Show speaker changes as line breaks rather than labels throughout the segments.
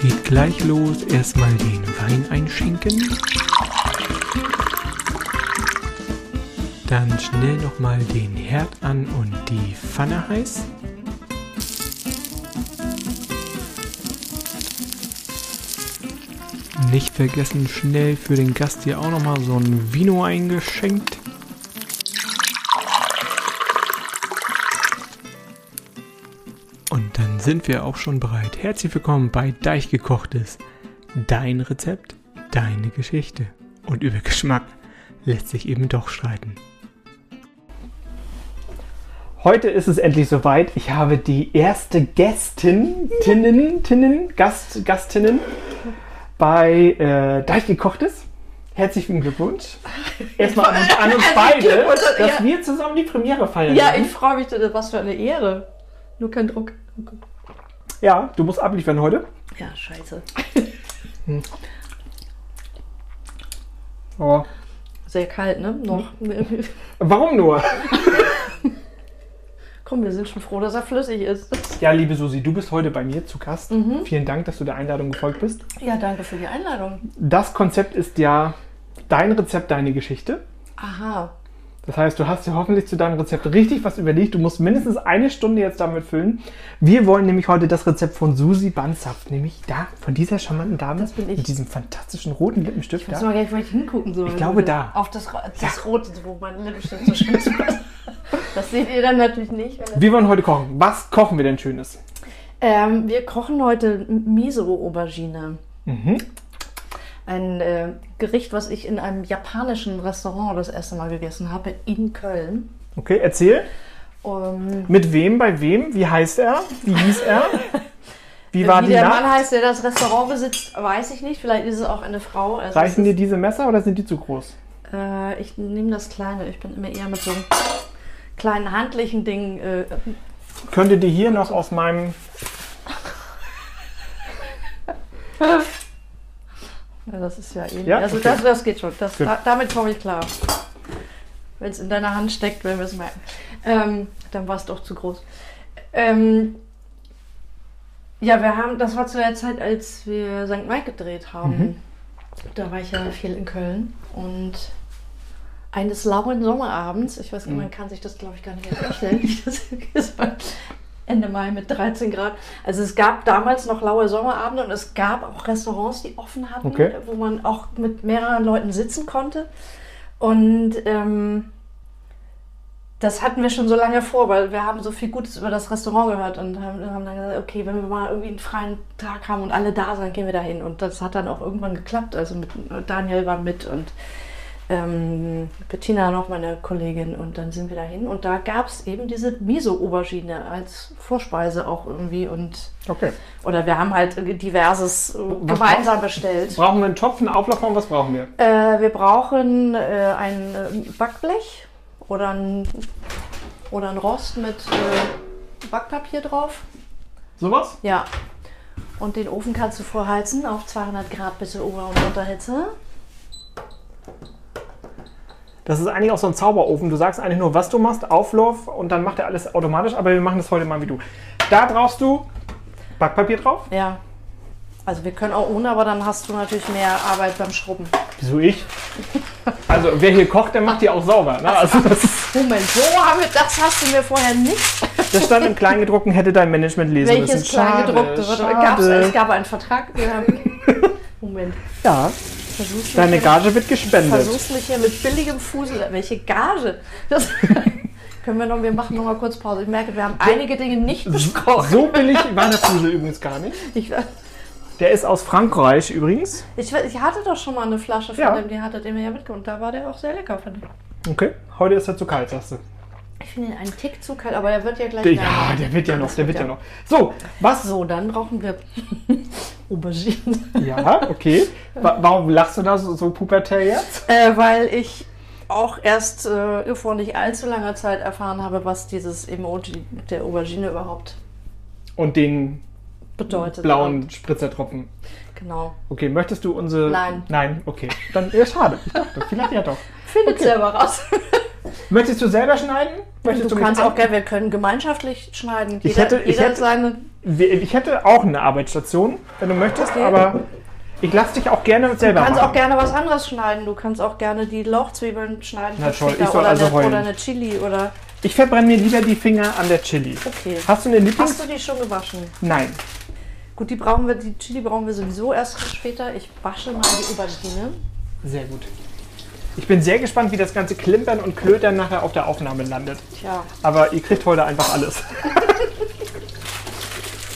geht gleich los. Erstmal den Wein einschenken. Dann schnell nochmal den Herd an und die Pfanne heiß. Nicht vergessen, schnell für den Gast hier auch nochmal so ein Vino eingeschenkt. Und dann sind wir auch schon bereit. Herzlich willkommen bei Deichgekochtes. Dein Rezept, deine Geschichte. Und über Geschmack lässt sich eben doch streiten.
Heute ist es endlich soweit. Ich habe die erste Gästin, Tinnen, Tinnen, Gast, Gastinnen bei äh, Deichgekochtes. Herzlichen Glückwunsch. Erstmal an, uns- an uns beide,
Glückwunsch,
dass
ja.
wir zusammen die Premiere feiern.
Ja, ich
dürfen.
freue mich, was für eine Ehre. Nur kein Druck.
ja, du musst abliefern heute.
Ja, scheiße.
Oh.
Sehr kalt, ne? Noch.
Warum nur?
Komm, wir sind schon froh, dass er flüssig ist.
Ja, liebe Susi, du bist heute bei mir zu Gast.
Mhm.
Vielen Dank, dass du der Einladung gefolgt bist.
Ja, danke für die Einladung.
Das Konzept ist ja dein Rezept, deine Geschichte.
Aha.
Das heißt, du hast dir hoffentlich zu deinem Rezept richtig was überlegt. Du musst mindestens eine Stunde jetzt damit füllen. Wir wollen nämlich heute das Rezept von Susi Bandsaft, nämlich da, von dieser charmanten Dame
Das bin ich.
mit diesem fantastischen roten Lippenstift.
Ich weiß
da.
mal gar nicht, wo ich hingucken soll.
Ich glaube, da.
Auf das, Ro- das Rote, wo mein Lippenstift so schön ist. Das seht ihr dann natürlich nicht. weil das-
Wir wollen heute kochen. Was kochen wir denn Schönes?
Ähm, wir kochen heute Miso-Aubergine. Mhm. Ein äh, Gericht, was ich in einem japanischen Restaurant das erste Mal gegessen habe, in Köln.
Okay, erzähl.
Ähm,
Mit wem, bei wem? Wie heißt er? Wie hieß er? Wie war
Wie
die
der
Nacht?
Mann heißt, der das Restaurant besitzt, weiß ich nicht. Vielleicht ist es auch eine Frau. Also
Reichen
es
dir
ist,
diese Messer oder sind die zu groß?
äh, ich nehme das kleine. Ich bin immer eher mit so einem kleinen handlichen Ding. Äh,
Könnte die hier noch aus meinem.
ja, das ist ja ähnlich.
Ja,
also
okay.
das, das geht schon. Das,
Gut.
da, damit komme ich klar. Wenn es in deiner Hand steckt, werden wir es merken. Ähm, dann war es doch zu groß. Ähm, ja, wir haben, das war zu der Zeit, als wir St. Mike gedreht haben. Da war ich ja viel in Köln und eines lauen Sommerabends, ich weiß nicht, man kann sich das glaube ich gar nicht vorstellen, wie das ist, weil Ende Mai mit 13 Grad. Also es gab damals noch laue Sommerabende und es gab auch Restaurants, die offen hatten,
Okay.
wo man auch mit mehreren Leuten sitzen konnte. Und ähm, das hatten wir schon so lange vor, weil wir haben so viel Gutes über das Restaurant gehört und haben, haben dann gesagt, okay, wenn wir mal irgendwie einen freien Tag haben und alle da sind, gehen wir da hin. Und das hat dann auch irgendwann geklappt. Also mit Daniel war mit und ähm, Bettina noch meine Kollegin und dann sind wir dahin und da gab es eben diese Miso-Aubergine als Vorspeise auch irgendwie und
Okay.
oder wir haben halt diverses äh, gemeinsam bestellt.
Brauchen wir einen Topf, einen Auflaufraum? Was brauchen wir?
Äh, wir brauchen äh, ein äh, Backblech oder ein, oder ein Rost mit äh, Backpapier drauf.
Sowas?
Ja. Und den Ofen kannst du vorheizen auf 200 Grad bis zur Ober- und Unterhitze.
Das ist eigentlich auch so ein Zauberofen. Du sagst eigentlich nur, was du machst, Auflauf und dann macht er alles automatisch, aber wir machen das heute mal wie du. Da brauchst du Backpapier drauf.
Ja. Also wir können auch ohne, aber dann hast du natürlich mehr Arbeit beim Schrubben.
Wieso ich? Also wer hier kocht, der macht die auch sauber. Ne? Also das, ist,
Moment, so haben wir, das hast du mir vorher nicht.
das stand im Kleingedruckten, hätte dein Management lesen
Welches
müssen. Schade,
kleingedruckte wird? Gab's, es
Schade.
gab einen Vertrag. Wir haben, Moment,
Ja,
versuch's nicht
deine
hier-
Gage wird gespendet.
Versuch's nicht hier mit billigem Fusel. Welche Gage? Das können wir noch, wir machen noch mal kurz Pause. Ich merke, wir haben einige Dinge nicht besprochen.
So billig war der Fusel übrigens gar nicht.
Ich,
Der ist aus Frankreich übrigens.
ich, ich hatte doch schon mal eine Flasche von
Ja.
dem, die hattet ihr mir ja mitgebracht. Und Da war der auch sehr lecker, finde ich.
Okay, heute ist er zu kalt, sagst du.
Ich finde ihn einen Tick zu kalt, aber der wird ja gleich
Der,
wärmer.
ja, der wird ja noch, der wird ja noch. So, was?
So, dann brauchen wir Auberginen.
Ja, okay. Wa warum lachst du da so, so pubertär jetzt?
Äh, weil ich auch erst äh, vor nicht allzu langer Zeit erfahren habe, was dieses Emoji der Aubergine überhaupt
Und den
bedeutet.
blauen Spritzertropfen.
Genau.
Okay, möchtest du unsere.
Nein.
Nein, okay. Dann, ja, schade. Ich dachte, vielleicht ja doch.
Findet selber raus.
Möchtest du selber schneiden? Möchtest
Du
mich
kannst
an-
auch gerne, wir können gemeinschaftlich schneiden. Jeder,
Ich hätte- ich
jeder
hätte-
seine.
Wir- Ich hätte auch eine Arbeitsstation, wenn du möchtest,
Okay.
aber ich lasse dich auch gerne
Du
selber
kannst
machen.
auch gerne was anderes schneiden. Du kannst auch gerne die Lauchzwiebeln schneiden.
Na
für
toll,
später
ich soll
oder,
also
eine,
heulen.
oder eine Chili oder.
ich verbrenne mir lieber die Finger an der Chili.
Okay.
Hast du eine Lieblings...
Hast du die schon gewaschen?
Nein.
Gut, die brauchen wir, die Chili brauchen wir sowieso erst später. Ich wasche mal die Aubergine.
Sehr gut. Ich bin sehr gespannt, wie das ganze Klimpern und Klötern nachher auf der Aufnahme landet.
Tja,
Aber ihr kriegt heute einfach alles.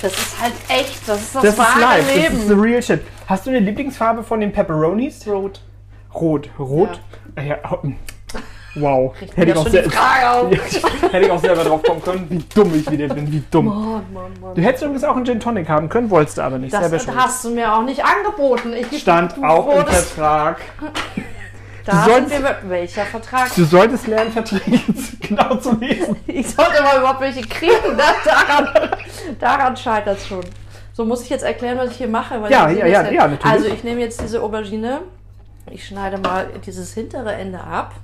das ist halt echt. Das ist das,
Das ist
wahre
live. Das ist the
Leben.
real shit. Hast du eine Lieblingsfarbe von den Pepperonis?
Rot.
Rot. Rot? Ja. ja. hm. Wow. Hätte ich,
ja
auch
schon die
sel-
Frage auf.
hätte ich auch selber drauf kommen können, wie dumm ich wieder bin. Wie dumm.
Mann, Mann, Mann.
Du hättest übrigens auch einen Gin Tonic haben können, wolltest du aber nicht.
Das
Selber schuld.
hast du mir auch nicht angeboten. Ich
Stand
du
auch im
wurdest-
Vertrag.
Da
Du
sind
sollst-
wir, welcher Vertrag?
Du solltest lernen, Verträge zu- genau zu lesen.
Ich sollte mal überhaupt welche kriegen. Da, daran daran scheitert es schon. So muss ich jetzt erklären, was ich hier mache. Weil
Ja,
ich
ja,
sehe das
ja, ja, natürlich.
Also ich nehme jetzt diese Aubergine. Ich schneide mal dieses hintere Ende ab.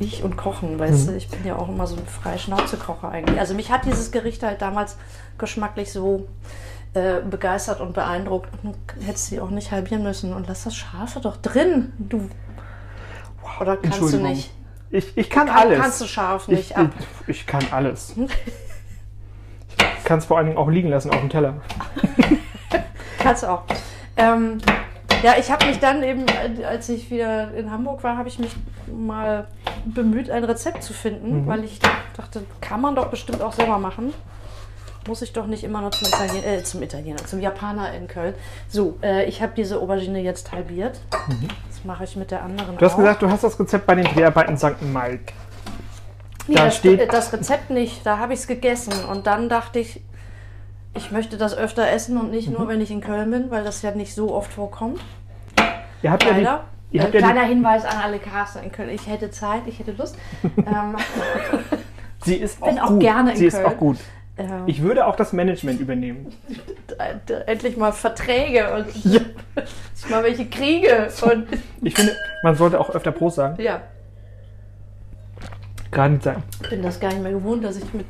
Ich und Kochen, weißt
Mhm.
du, ich bin ja auch immer so ein freier Schnauzekocher eigentlich. Also mich hat dieses Gericht halt damals geschmacklich so äh, begeistert und beeindruckt. Hättest sie auch nicht halbieren müssen und lass das Scharfe doch drin, du. Oder kannst du
Entschuldigung.
nicht?
Ich, ich kann,
Kann-
alles.
Kannst du scharf
ich,
nicht ab.
ich, ich kann alles. Ich kann es vor allen Dingen auch liegen lassen auf dem Teller.
Kannst du auch. Ähm, ja, ich habe mich dann eben, äh, als ich wieder in Hamburg war, habe ich mich mal bemüht, ein Rezept zu finden,
Mhm.
weil ich dachte, kann man doch bestimmt auch selber machen. Muss ich doch nicht immer nur zum Italiener, äh, zum Italiener, zum Japaner in Köln. So, äh, ich habe diese Aubergine jetzt halbiert. Das mache ich mit der anderen
Mhm. Du hast
auch.
gesagt, du hast das Rezept bei den Dreharbeiten St. Mike.
Nee,
Da
das, äh,
steht-
das Rezept nicht, da habe ich es gegessen. Und dann dachte ich, ich möchte das öfter essen und nicht
Mhm.
nur, wenn ich in Köln bin, weil das ja nicht so oft vorkommt.
Ihr habt ja
Leider.
die, ihr
Äh,
habt ja
kleiner Hinweis an alle Caster in Köln. Ich hätte Zeit, ich hätte Lust. ähm,
die, sie ist
bin
auch
auch
gut.
gerne in
sie ist
Köln.
auch gut.
ähm,
Ich würde auch das Management übernehmen.
d- d- endlich mal Verträge und
Ja.
dass ich mal welche kriege. Und
Ich finde, man sollte auch öfter Prost sagen.
ja,
Gerade nicht sagen.
ich bin das gar nicht mehr gewohnt, dass ich mit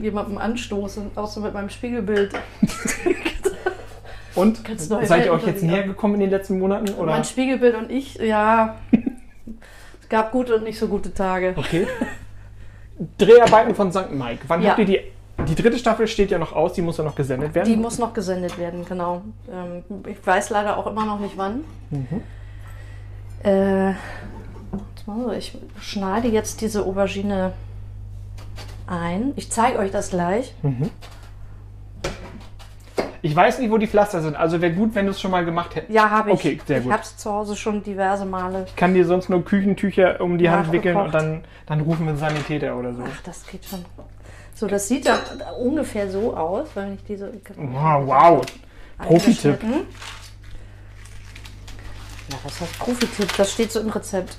jemandem anstoße, außer mit meinem Spiegelbild.
Und
Ganz neue
seid ihr
Welt
euch jetzt
unterwegs.
näher gekommen in den letzten Monaten? Oder?
Mein Spiegelbild und ich, ja, es gab gute und nicht so gute Tage.
Okay. Dreharbeiten von St. Mike. Wann
Ja.
habt ihr die. Die dritte Staffel steht ja noch aus, die muss ja noch gesendet werden.
Die muss noch gesendet werden, genau. Ähm, ich weiß leider auch immer noch nicht wann.
Mhm.
Äh, jetzt mal so, ich schneide jetzt diese Aubergine ein. Ich zeige euch das gleich.
Mhm. ich weiß nicht, wo die Pflaster sind, also wäre gut, wenn du es schon mal gemacht hättest.
Ja, habe ich.
Okay, sehr
ich
gut.
habe es zu Hause schon diverse Male.
Ich kann dir sonst nur Küchentücher um die Hand wickeln und
Nachgekocht.
dann, dann rufen wir einen Sanitäter oder so.
Ach, das geht schon. So, das sieht dann ungefähr so aus, wenn ich diese.
Wow, wow. Profi-Tipp.
eingeschnitten- Ja, was heißt Profi-Tipp? Das steht so im Rezept.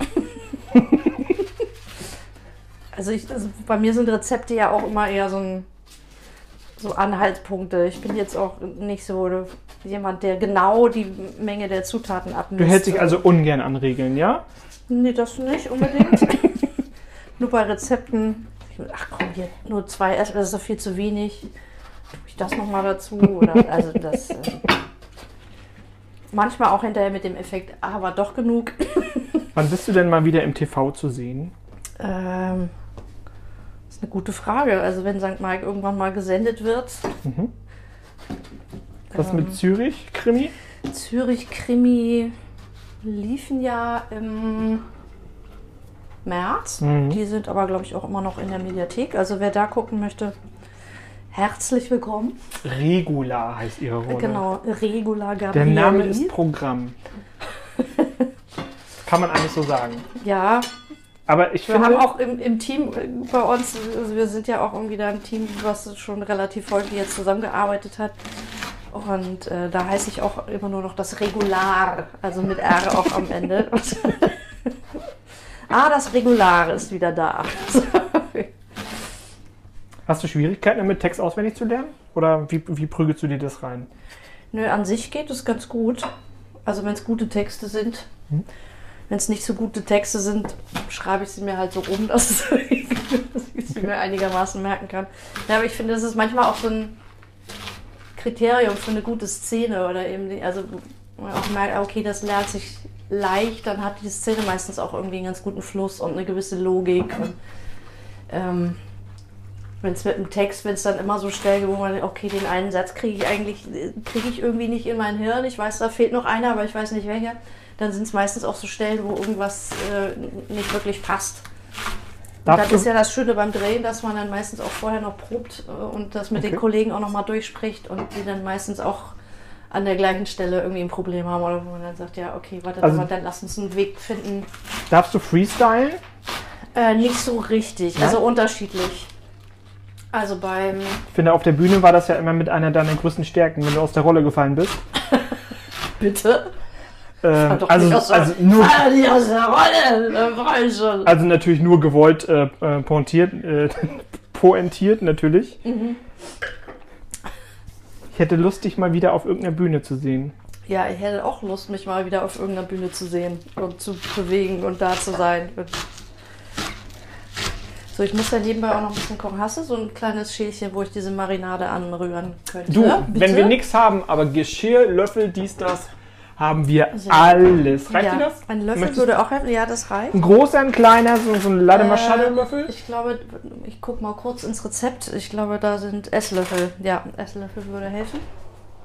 also, ich, also bei mir sind Rezepte ja auch immer eher so, ein, so Anhaltspunkte. Ich bin jetzt auch nicht so jemand, der genau die Menge der Zutaten abmisst.
Du hältst dich also ungern an Regeln, ja?
Nee, das nicht unbedingt. nur bei Rezepten. Ach komm, hier nur zwei Esslöffel, das ist doch viel zu wenig. Tue ich das nochmal dazu? Oder, also das. Äh, manchmal auch hinterher mit dem Effekt, ah, war doch genug.
Wann bist du denn mal wieder im TV zu sehen?
Ähm, das ist eine gute Frage. Also, wenn St. Mike irgendwann mal gesendet wird.
Mhm. Was
Ähm.
mit Zürich, Krimi?
Zürich-Krimi liefen ja im März.
Mhm.
Die sind aber, glaube ich, auch immer noch in der Mediathek. Also wer da gucken möchte, herzlich willkommen.
Regula heißt ihre Rolle.
Genau, Regula
Der
Gabrieli.
Name ist Programm. Kann man alles so sagen.
Ja,
Aber ich
wir
finde,
haben auch im, im Team äh, bei uns, also wir sind ja auch irgendwie da ein Team, was schon relativ häufig jetzt zusammengearbeitet hat. Und äh, da heiße ich auch immer nur noch das Regular, also mit R auch am Ende. Und ah, das Regular ist wieder da.
hast du Schwierigkeiten damit, Text auswendig zu lernen? Oder wie, wie prügelst du dir das rein?
Nö, an sich geht es ganz gut. Also wenn es gute Texte sind. Wenn's wenn es nicht so gute Texte sind, schreibe ich sie mir halt so rum, dass, dass ich sie mir einigermaßen merken kann. Ja, aber ich finde, das ist manchmal auch so ein Kriterium für eine gute Szene oder eben, die- also wo man auch merkt, okay, das lernt sich leicht, dann hat die Szene meistens auch irgendwie einen ganz guten Fluss und eine gewisse Logik. Und, ähm, wenn es mit dem Text, wenn es dann immer so Stellen gibt, wo man, denkt, okay, den einen Satz kriege ich eigentlich, kriege ich irgendwie nicht in mein Hirn. Ich weiß, da fehlt noch einer, aber ich weiß nicht welcher. Dann sind es meistens auch so Stellen, wo irgendwas äh, nicht wirklich passt. Und das
Dazu-
ist ja das Schöne beim Drehen, dass man dann meistens auch vorher noch probt äh, und das mit den
Okay.
Kollegen auch nochmal durchspricht und die dann meistens auch an der gleichen Stelle irgendwie ein Problem haben oder wo man dann sagt, ja, okay, warte,
Also-
mal, dann lass uns einen Weg finden.
Darfst du freestylen?
Äh, nicht so richtig,
Nein?
also unterschiedlich. Also beim
Ich finde, auf der Bühne war das ja immer mit einer deiner größten Stärken, wenn du aus der Rolle gefallen bist.
Bitte?
Ähm,
doch
also,
nicht aus der-
also, nur,
Ah, die aus der Rolle! Da war ich schon.
also natürlich nur gewollt äh, äh, pointiert, äh, pointiert natürlich.
Mhm.
Ich hätte Lust, dich mal wieder auf irgendeiner Bühne zu sehen.
Ja, ich hätte auch Lust, mich mal wieder auf irgendeiner Bühne zu sehen und zu bewegen und da zu sein. So, ich muss ja nebenbei auch noch ein bisschen kochen. Hast du so ein kleines Schälchen, wo ich diese Marinade anrühren könnte?
Du, wenn
Bitte?
wir nichts haben, aber Geschirr, Löffel, dies, das, haben wir
Sehr gut.
alles. Reicht
Also, ja,
dir das?
Ein Löffel
Möchtest-
würde auch helfen. Ja, das reicht.
Ein großer, ein kleiner, so, so ein Lademaschallelöffel?
Äh, Ich glaube, ich guck mal kurz ins Rezept. Ich glaube, da sind Esslöffel. Ja, Esslöffel würde helfen.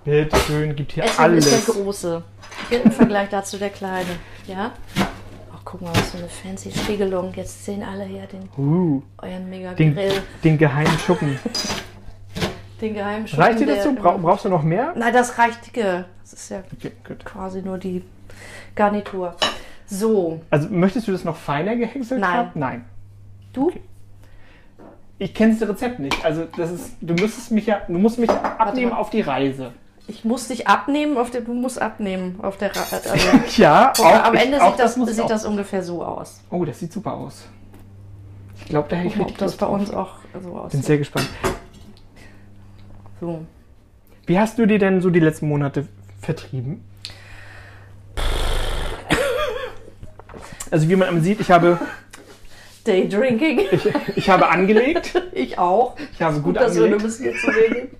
Bitte schön, gibt hier
Essen ist
alles.
der große. Hier Im Vergleich dazu der kleine. Ja? Ach, guck mal, was für eine fancy Spiegelung. Jetzt sehen alle hier den,
Uh,
euren mega
den,
Grill,
den geheimen Schuppen.
den geheimen Schuppen.
Reicht dir das so?
der-
Bra brauchst du noch mehr?
Nein, das reicht. ge- Das ist ja
Okay, gut.
quasi nur die Garnitur. So,
Also möchtest du das noch feiner gehäckselt
Nein.
haben? Nein.
du?
Ich kenne das Rezept nicht. Also das ist, du müsstest mich ja, du musst mich abnehmen
mal.
auf die Reise.
Ich muss dich abnehmen, auf der, du musst abnehmen auf der Ra- also,
Ja,
guck mal, Am Ende sieht, das, sieht das ungefähr so aus.
Oh, das sieht super aus. Ich glaube, da hätte
Guck
ich
mal, ob
richtig
das
Lust.
bei uns auch so
Bin
aussieht.
sehr gespannt.
So.
Wie hast du dir denn so die letzten Monate vertrieben? Also wie man sieht, ich habe,
Day Drinking.
ich, ich habe angelegt.
Ich auch.
Ich habe gut
dass wir nur
angelegt.
bis hier zu reden.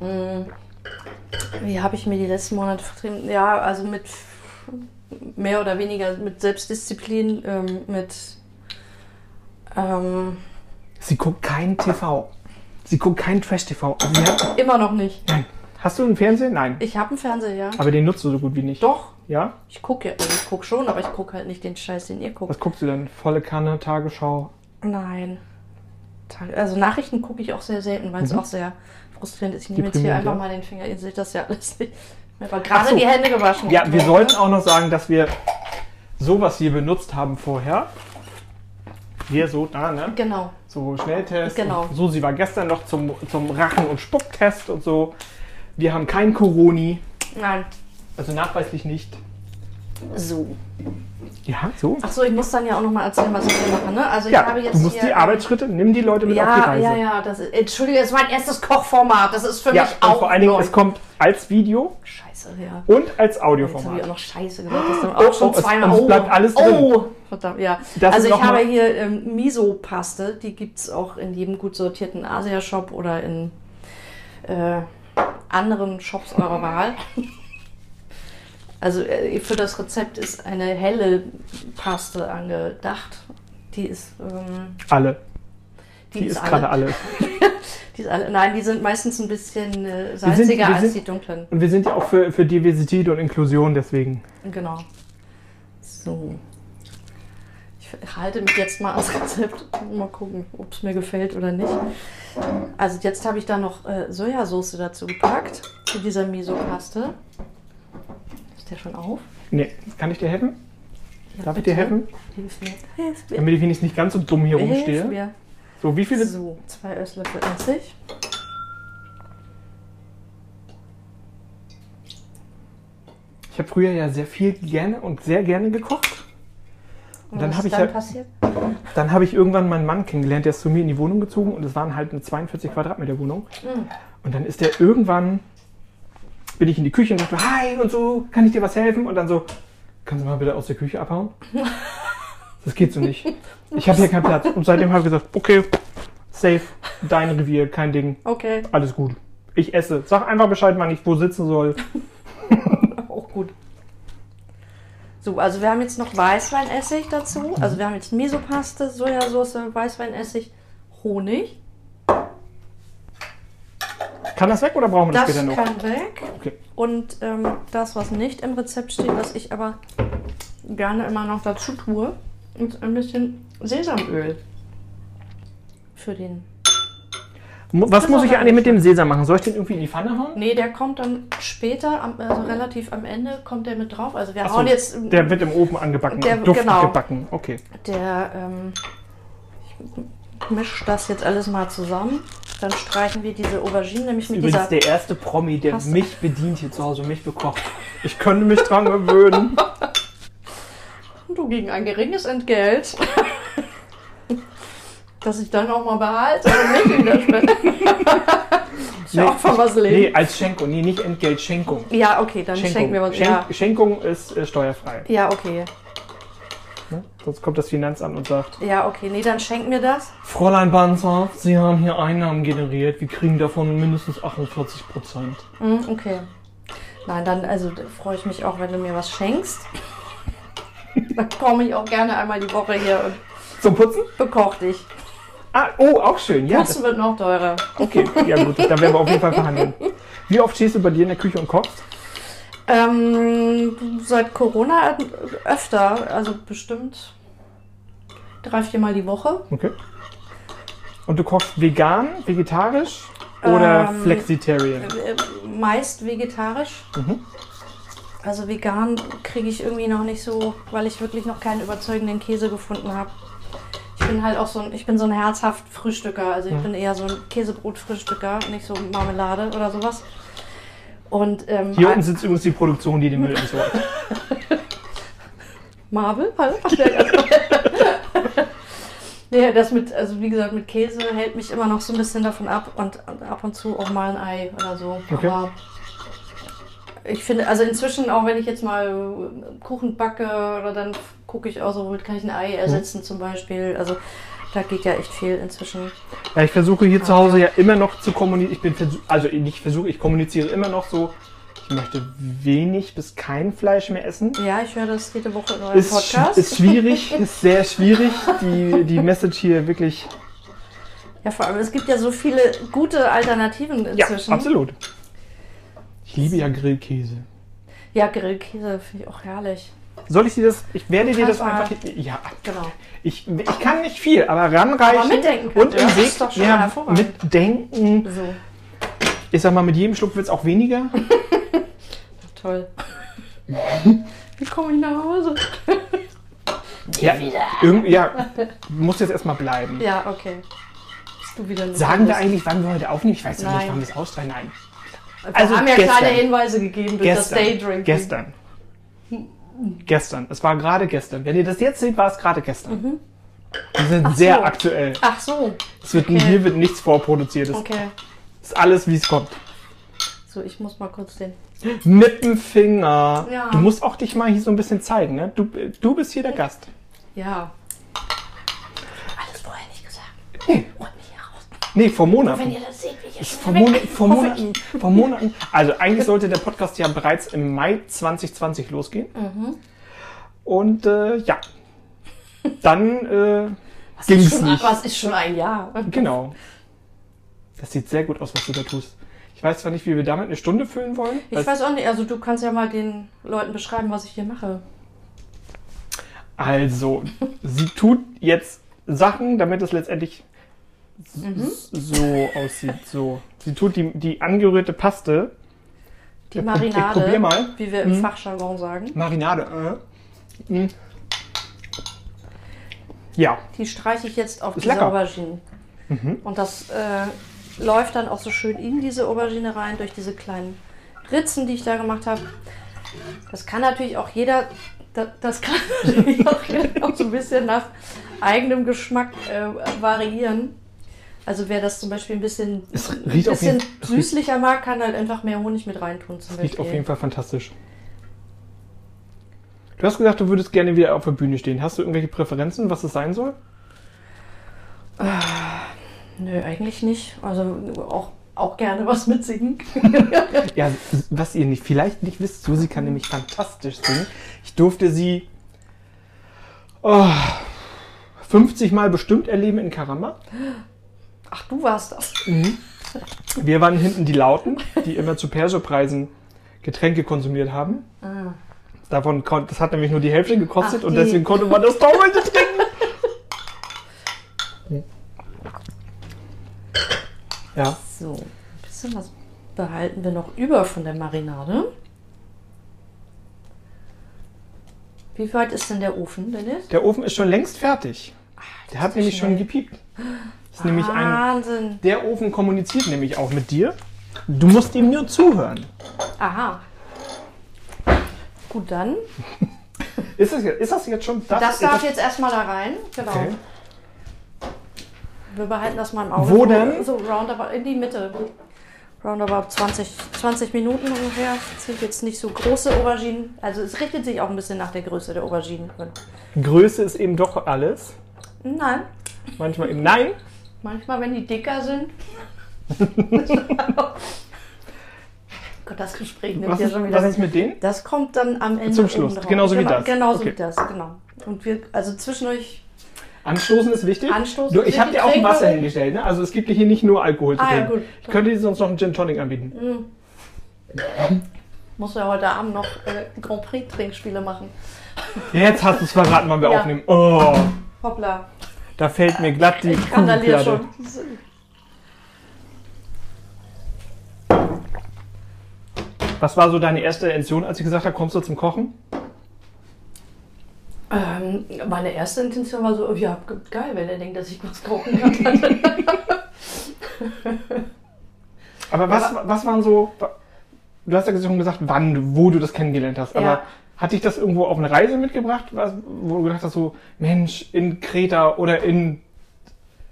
Hm. Wie habe ich mir die letzten Monate vertrieben? Ja, also mit mehr oder weniger mit Selbstdisziplin, ähm, mit ähm,
Sie guckt kein TV. Sie guckt kein Trash-TV. Also sie hat,
immer noch nicht.
hast du einen Fernseher? Nein.
Ich habe einen Fernseher, ja.
Aber den nutzt du so gut wie nicht.
Doch,
Ja?
ich gucke ja, also ich gucke schon, aber ich gucke halt nicht den Scheiß, den ihr guckt.
Was guckst du denn? Volle Kanne, Tagesschau.
Nein. Tag- Also Nachrichten gucke ich auch sehr selten, weil es
Mhm.
auch sehr frustrierend ist. Ich nehme jetzt hier
Deprimierend,
einfach
ja.
mal den Finger, ihr seht das ja alles nicht. Mir war
Ach
gerade
so.
die Hände gewaschen.
Ja, wir sollten auch noch sagen, dass wir sowas hier benutzt haben vorher. Hier so, da, ne?
Genau.
So Schnelltest.
Genau.
Und Susi war gestern noch zum, zum Rachen- und Spucktest und so. Wir haben kein Coroni.
Nein.
Also nachweislich nicht.
So.
Ja, so.
Achso, ich muss dann ja auch nochmal erzählen, was ich hier mache, ne? Also ich
Ja,
habe jetzt
du musst
hier,
die Arbeitsschritte, nimm die Leute mit auf die
Ja,
Reise.
ja, ja. Das ist, Entschuldige, das ist mein erstes Kochformat. Das ist für
Ja,
mich
und
auch
vor allen Dingen,
neu.
es kommt als Video
Scheiße, ja.
und als
Jetzt habe ich auch
Audioformat.
noch Scheiße gesagt. Das ist dann
Oh,
auch schon
oh, es-
zweimal.
es bleibt alles
oh,
drin.
verdammt, ja.
Das
also
ist
ich
noch
habe
mal-
hier ähm, Miso-Paste. Die gibt es auch in jedem gut sortierten Asia-Shop oder in äh, anderen Shops eurer Wahl. Also äh, für das Rezept ist eine helle Paste angedacht. Die ist, ähm,
Alle.
die
Die, ist gerade alle.
Die ist alle. Nein, die sind meistens ein bisschen äh,
sind-
salziger
wir
als
sind-
die dunklen.
Und wir sind ja auch für, für Diversität und Inklusion, deswegen.
Genau. So. Ich halte mich jetzt mal ans Rezept. Mal gucken, ob es mir gefällt oder nicht. Also jetzt habe ich da noch äh, Sojasauce dazu gepackt. Zu dieser Miso-Paste. Ist der schon auf?
Nee, kann ich dir helfen?
Ja,
Darf ich dir
bitte.
helfen?
Hilf mir. Hilf mir.
Damit ich wenigstens nicht ganz so dumm hier
Hilf
rumstehe.
mir.
So, wie viele.
So, zwei Esslöffel Essig.
Ich habe früher ja sehr viel gerne und sehr gerne gekocht. Und dann
was
habe
ist
ich
dann
ja-
passiert?
Dann habe ich irgendwann meinen Mann kennengelernt, der ist zu mir in die Wohnung Mhm. gezogen und es waren halt eine 42 Quadratmeter Wohnung. Und dann ist der irgendwann bin ich in die Küche und dachte, hi und so, kann ich dir was helfen? Und dann so, kannst du mal bitte aus der Küche abhauen? Das geht so nicht. Ich habe hier keinen Platz. Und seitdem habe ich gesagt, okay, safe, dein Revier, kein Ding,
Okay,
alles gut. Ich esse. Sag einfach Bescheid, wann ich wo sitzen soll.
auch gut. So, also wir haben jetzt noch Weißweinessig dazu. Also wir haben jetzt Misopaste, Sojasauce, Weißweinessig, Honig.
Kann das weg oder brauchen wir das,
Das
später noch?
kann weg.
Okay.
Und ähm, das, was nicht im Rezept steht, was ich aber gerne immer noch dazu tue, ist ein bisschen Sesamöl. Für den.
Mu- Was
Das
muss ich
war
eigentlich mit dem Sesam machen? Soll ich den irgendwie in die Pfanne hauen?
Nee, der kommt dann später, am, also relativ am Ende, kommt der mit drauf. Also wir
Ach so,
hauen jetzt. ähm,
Der wird im Ofen angebacken,
Der-
im Duft
genau.
gebacken. Okay.
Der, ähm, ich mische das jetzt alles mal zusammen. Dann streichen wir diese Aubergine nämlich mit
Übrigens
dieser.
der erste Promi, der
Paste.
mich bedient hier zu Hause, mich bekocht. Ich könnte mich dran gewöhnen.
Du gegen ein geringes Entgelt. Dass ich dann auch mal behalte und nicht wieder spende. Ist ja auch von was
Nee,
leben.
als Schenkung. Nee, nicht Entgelt, Schenkung.
Ja, okay, dann schenken wir uns.
Schenk,
Ja.
Schenkung ist äh, steuerfrei.
ja, okay.
Ne? Sonst kommt das Finanzamt und sagt,
Ja, okay. Nee, dann schenken wir das.
Fräulein Banzer, Sie haben hier Einnahmen generiert. Wir kriegen davon mindestens 48 Prozent.
Hm, okay. Nein, dann also da freue ich mich auch, wenn du mir was schenkst. Dann komme ich auch gerne einmal die Woche hier und
Zum Putzen?
bekoch dich.
Ah, oh, auch schön. Ja,
Das wird noch teurer.
okay. Ja gut, dann werden wir auf jeden Fall verhandeln. Wie oft stehst du bei dir in der Küche und kochst?
Ähm, seit Corona äh, öfter, also bestimmt drei, viermal die Woche.
Okay. Und du kochst vegan, vegetarisch oder
Ähm,
flexitarian?
Äh, Meist vegetarisch.
Mhm.
Also vegan kriege ich irgendwie noch nicht so, weil ich wirklich noch keinen überzeugenden Käse gefunden habe. Ich bin halt auch so ein, ich bin so ein herzhaft Frühstücker. Also ich bin eher so ein Käsebrot-Frühstücker, nicht so Marmelade oder sowas. Und ähm,
Hier unten sitzt übrigens die Produktion, die den Müll entsorgt.
Marvel? Hallo? Ach, der- Nee, das mit, also wie gesagt, mit Käse hält mich immer noch so ein bisschen davon ab und ab und zu auch mal ein Ei oder so.
Okay.
Aber ich finde, also inzwischen, auch wenn ich jetzt mal Kuchen backe oder dann gucke ich auch so, womit kann ich ein Ei
Mhm.
ersetzen zum Beispiel. Also da geht ja echt viel inzwischen.
Ja, ich versuche hier zu Hause ja immer noch zu kommunizieren. Ich bin versu- also nicht versuche, ich kommuniziere immer noch so. Ich möchte wenig bis kein Fleisch mehr essen.
Ja, ich höre das jede Woche in eurem
Ist, sch-
Podcast.
ist schwierig, ist sehr schwierig, die, die Message hier wirklich.
ja, vor allem, es gibt ja so viele gute Alternativen
Ja,
inzwischen.
absolut. Ich liebe ja Grillkäse.
Ja, Grillkäse finde ich auch herrlich.
Soll ich dir das? Ich werde dir das
Kannst du
einfach. Ja,
Genau.
ich, ich kann nicht viel, aber ranreichen.
Aber mitdenken könnt
und
ihr,
im
das
Weg,
ist doch schon
ja,
hervorragend.
mitdenken.
So,
Ich sag mal, mit jedem Schluck wird es auch weniger.
toll. Wie komme ich nach Hause?
Ja, irgendwie, ja, muss jetzt erstmal bleiben.
Ja, okay. Bist du wieder
Sagen wir eigentlich, wann wir heute aufnehmen? Ich weiß ja nicht,
Nein.
wann wir es ausstrahlen. Nein,
Wir
also
haben ja
gestern.
kleine Hinweise gegeben durch das
gestern.
Daydrinking.
Gestern. Gestern. Es war gerade gestern. Wenn ihr das jetzt seht, war es gerade gestern. Wir sind sehr
Mhm. so.
aktuell.
Ach so,
Es wird,
Okay.
Hier wird nichts vorproduziert. Es
okay.
ist alles, wie es kommt.
So, ich muss mal kurz den.
Mit dem Finger.
Ja.
Du musst auch dich mal hier so ein bisschen zeigen. Ne? Du, du bist hier der Gast.
Ja. Alles vorher nicht gesagt. Holt mich hier raus.
Nee, vor
Wenn
Monaten.
ihr das seht, wie hier
Vor,
schnell
Mon
weg.
vor, Monaten, vor Monaten. Also eigentlich sollte der Podcast ja bereits im Mai 2020 losgehen.
Mhm.
Und äh, ja, dann äh, ging es
Schon,
nicht.
was ist schon ein Jahr?
Genau. Das sieht sehr gut aus, was du da tust. Ich weiß zwar nicht, wie wir damit eine Stunde füllen wollen.
Ich weiß auch nicht, also du kannst ja mal den Leuten beschreiben, was ich hier mache.
Also, sie tut jetzt Sachen, damit es letztendlich s-
Mhm.
s- so aussieht. So. Sie tut die, die angerührte Paste,
Die
Ich- ich
Marinade,
probier mal. Hm?
wie wir im Fachjargon sagen,
Marinade. Äh. Mm. Ja,
die streiche ich jetzt auf
Ist
diese
lecker. Mhm.
Auberginen. Und das äh, läuft dann auch so schön in diese Aubergine rein, durch diese kleinen Ritzen, die ich da gemacht habe. Das kann natürlich auch jeder, das, das kann natürlich auch jeder auch so ein bisschen nach eigenem Geschmack äh, variieren. Also wer das zum Beispiel ein bisschen,
Es
ein
riecht auf jeden-
bisschen süßlicher mag, kann halt einfach mehr Honig mit reintun zum
Riecht
Beispiel.
auf jeden Fall fantastisch. Du hast gesagt, du würdest gerne wieder auf der Bühne stehen. Hast du irgendwelche Präferenzen, was es sein soll?
Nö, eigentlich nicht. Also auch, auch gerne was mitsingen.
Ja, was ihr nicht, vielleicht nicht wisst, Susi kann nämlich fantastisch singen. Ich durfte sie oh, 50 Mal bestimmt erleben in Karama.
Ach, du warst das.
Wir waren hinten die Lauten, die immer zu Perserpreisen Getränke konsumiert haben. Davon kon- das hat nämlich nur die Hälfte gekostet
Ah. Ach,
und
die.
deswegen konnte man das Doppelte trinken. Ja,
So, ein bisschen was behalten wir noch über von der Marinade. Wie weit ist denn der Ofen, Dennis?
der Ofen ist schon längst fertig. Der hat
ist
nämlich
Ah, schnell. Ah.
schon gepiept. Ist nämlich ein
Wahnsinn.
Der Ofen kommuniziert nämlich auch mit dir. Du musst ihm nur zuhören.
Aha. Gut, dann.
Ist das jetzt, ist das jetzt schon das?
Das darf jetzt erstmal da rein. Genau.
Okay.
Wir behalten das mal im Auge.
Wo denn?
So roundabout in die Mitte. Roundabout 20, 20 Minuten ungefähr. Es sind jetzt nicht so große Auberginen. Also es richtet sich auch ein bisschen nach der Größe der Auberginen.
Größe ist eben doch alles.
Nein,
Manchmal eben nein.
manchmal wenn die dicker sind. Gott, das Gespräch nimmt
Was
ja
ist,
schon wieder.
was ist mit denen?
Das kommt dann am Ende.
Zum Schluss,
oben drauf.
genauso wie das.
Genauso
Okay.
wie das, genau. Und wir, also zwischendurch
Anstoßen ist wichtig.
Anstoßen
du,
ist
ich habe
wichtig,
dir auch ein
trinken
Wasser
wir-
hingestellt. Ne? Also es gibt hier nicht nur Alkohol zu
Ah, ja,
trinken.
gut. Mhm.
Ich könnte dir sonst noch einen Gin Tonic anbieten.
muss ja heute Abend noch äh, Grand Prix-Trinkspiele machen.
Jetzt hast du es verraten, wann wir
Ja.
aufnehmen. Oh,
Hoppla,
da fällt mir glatt die
ich randaliere
Kuchenplatte.
schon.
Was war so deine erste Intention, als ich gesagt habe, kommst du zum Kochen?
Ähm, meine erste Intention war so, oh ja, ge- geil, wenn er denkt, dass ich was kochen kann.
Aber was, was waren so. Du hast ja schon gesagt, wann, du- wo du das kennengelernt hast. Aber
Ja.
hat dich das irgendwo auf eine Reise mitgebracht, was, wo du gedacht hast, so, Mensch, in Kreta oder in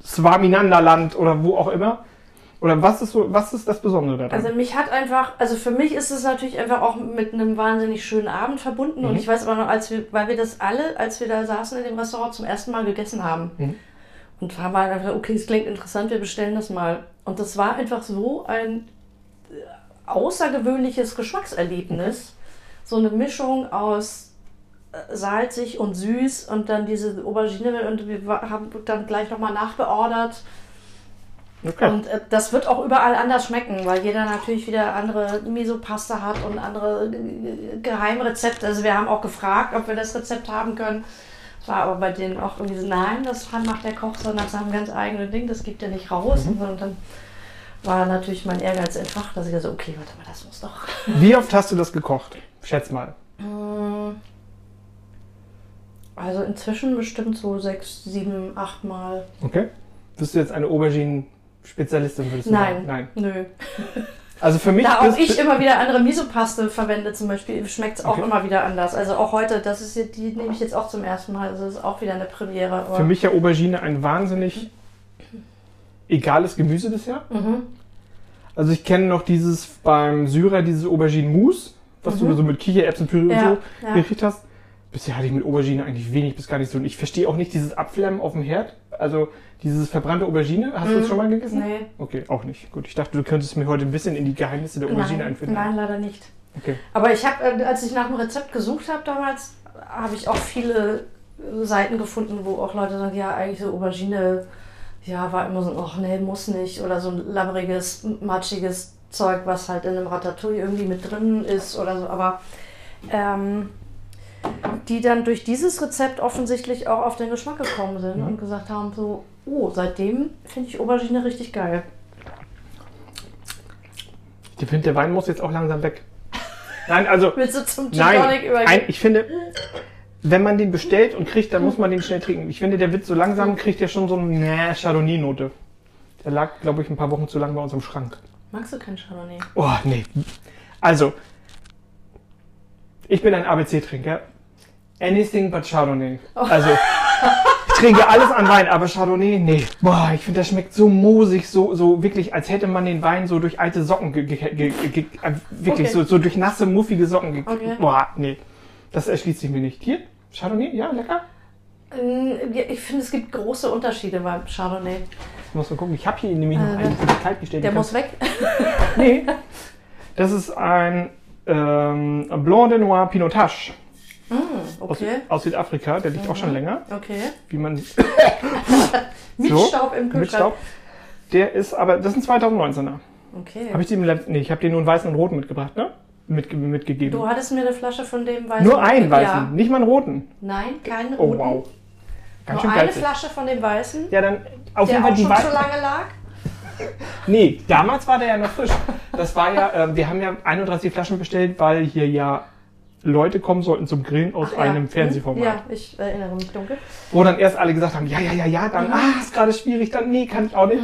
Swaminandaland oder wo auch immer? Oder was ist so, was ist das Besondere daran?
Also mich hat einfach, also für mich ist es natürlich einfach auch mit einem wahnsinnig schönen Abend verbunden. Und ich weiß aber noch, als wir, weil wir das alle, als wir da saßen in dem Restaurant, zum ersten Mal gegessen haben. Und haben halt einfach, okay, es klingt interessant, wir bestellen das mal. Und das war einfach so ein äh, außergewöhnliches Geschmackserlebnis. So eine Mischung aus äh, salzig und süß und dann diese Aubergine und wir wa- haben dann gleich nochmal nachbeordert.
okay.
Und äh, das wird auch überall anders schmecken, weil jeder natürlich wieder andere Miso-Pasta hat und andere äh, Geheimrezepte. Also wir haben auch gefragt, ob wir das Rezept haben können. Es war aber bei denen auch irgendwie so, nein, das macht der Koch, sondern das haben ganz eigene Ding, das gibt er nicht raus. Und dann war natürlich mein Ehrgeiz entfacht, dass ich so, okay, warte mal, das muss doch.
Wie oft hast du das gekocht? Schätz mal.
Also inzwischen bestimmt so sechs, sieben, acht Mal.
Okay. Bist du jetzt eine Auberginen-Spezialistin, würdest du
Nein,
sagen? Nein.
nö.
Also für mich
Da auch
bist,
ich immer wieder andere Misopaste verwende zum Beispiel, schmeckt es auch
Okay.
immer wieder anders. Also auch heute, das ist jetzt, die nehme ich jetzt auch zum ersten Mal. Also das ist auch wieder eine Premiere. aber-
für mich ja Aubergine ein wahnsinnig egales Gemüse bisher.
Mhm.
Also ich kenne noch dieses beim Syrer, dieses Aubergine-Mousse, was du so mit Kichererbsenpüree
Mhm. Ja,
und so
ja.
gekriegt hast. Bisher hatte ich mit Aubergine eigentlich wenig bis gar nicht so. Und ich verstehe auch nicht dieses Abflammen auf dem Herd. Also dieses verbrannte Aubergine. Hast du das schon mal gegessen?
Mhm. Nee,
Okay, auch nicht. Gut, ich dachte, du könntest mir heute ein bisschen in die Geheimnisse der Aubergine
nein,
einfinden.
nein, leider nicht.
Okay.
Aber ich habe, äh, als ich nach dem Rezept gesucht habe damals, habe ich auch viele äh, Seiten gefunden, wo auch Leute sagen, ja, eigentlich so Aubergine, ja, war immer so, ach nee, muss nicht. Oder so ein labberiges, matschiges Zeug, was halt in einem Ratatouille irgendwie mit drin ist oder so. Aber ähm, die dann durch dieses Rezept offensichtlich auch auf den Geschmack gekommen sind
Mhm.
und gesagt haben, so, oh, seitdem finde ich Aubergine richtig geil.
Ich finde, der Wein muss jetzt auch langsam weg. Nein, also
Willst du zum Gin
Nein,
Tonic übergehen?
ein, ich finde, wenn man den bestellt und kriegt, dann muss man den schnell trinken. Ich finde, der wird so langsam, kriegt der schon so eine äh, Chardonnay-Note. Der lag, glaube ich, ein paar Wochen zu lang bei uns im Schrank.
Magst du kein Chardonnay?
Oh, nee. Also,
Oh.
ich bin ein ABC-Trinker. Anything but Chardonnay. Also, ich trinke alles an Wein, aber Chardonnay, nee. Boah, ich finde, das schmeckt so moosig, so, so wirklich, als hätte man den Wein so durch alte Socken, ge ge ge ge äh, wirklich
Okay.
so, so durch nasse, muffige Socken gekriegt.
Okay.
Boah, nee. Das erschließt sich mir nicht. Hier, Chardonnay, ja, lecker.
Ähm, ja, Ich finde, es gibt große Unterschiede beim Chardonnay.
Ich muss mal gucken, ich habe hier nämlich
Äh,
noch einen für die kaltgestellt.
Der muss weg.
Nee. Das ist ein ähm, Blanc de Noir Pinotage
Hm,
aus,
okay. Mhm.
aus Südafrika. Der liegt auch schon länger,
Okay.
wie man
Mit
So,
Staub im
mit
Kühlschrank.
Staub. Der ist aber, das ist ein 2019er.
Okay.
Habe ich den im letzten, nee, ich habe den nur einen weißen und roten mitgebracht, ne? Mitge mitgegeben.
Du hattest mir eine Flasche von dem weißen.
nur einen weißen,
Ja.
nicht mal einen roten.
Nein, keinen
Oh
roten.
wow. Ganz
Nur
schön
eine
geil.
Flasche von dem weißen,
Ja, dann auf jeden Fall
der auch
die
schon
weißen.
so lange lag.
Nee, damals war der ja noch frisch. Das war ja, ähm, wir haben ja 31 Flaschen bestellt, weil hier ja Leute kommen sollten zum Grillen aus
Ach ja.
einem
Hm?
Fernsehformat.
Ja, ich erinnere mich dunkel.
Wo dann erst alle gesagt haben, ja, ja, ja, ja,
Mhm.
dann, ah, ist gerade schwierig, dann, nee, kann ich auch nicht.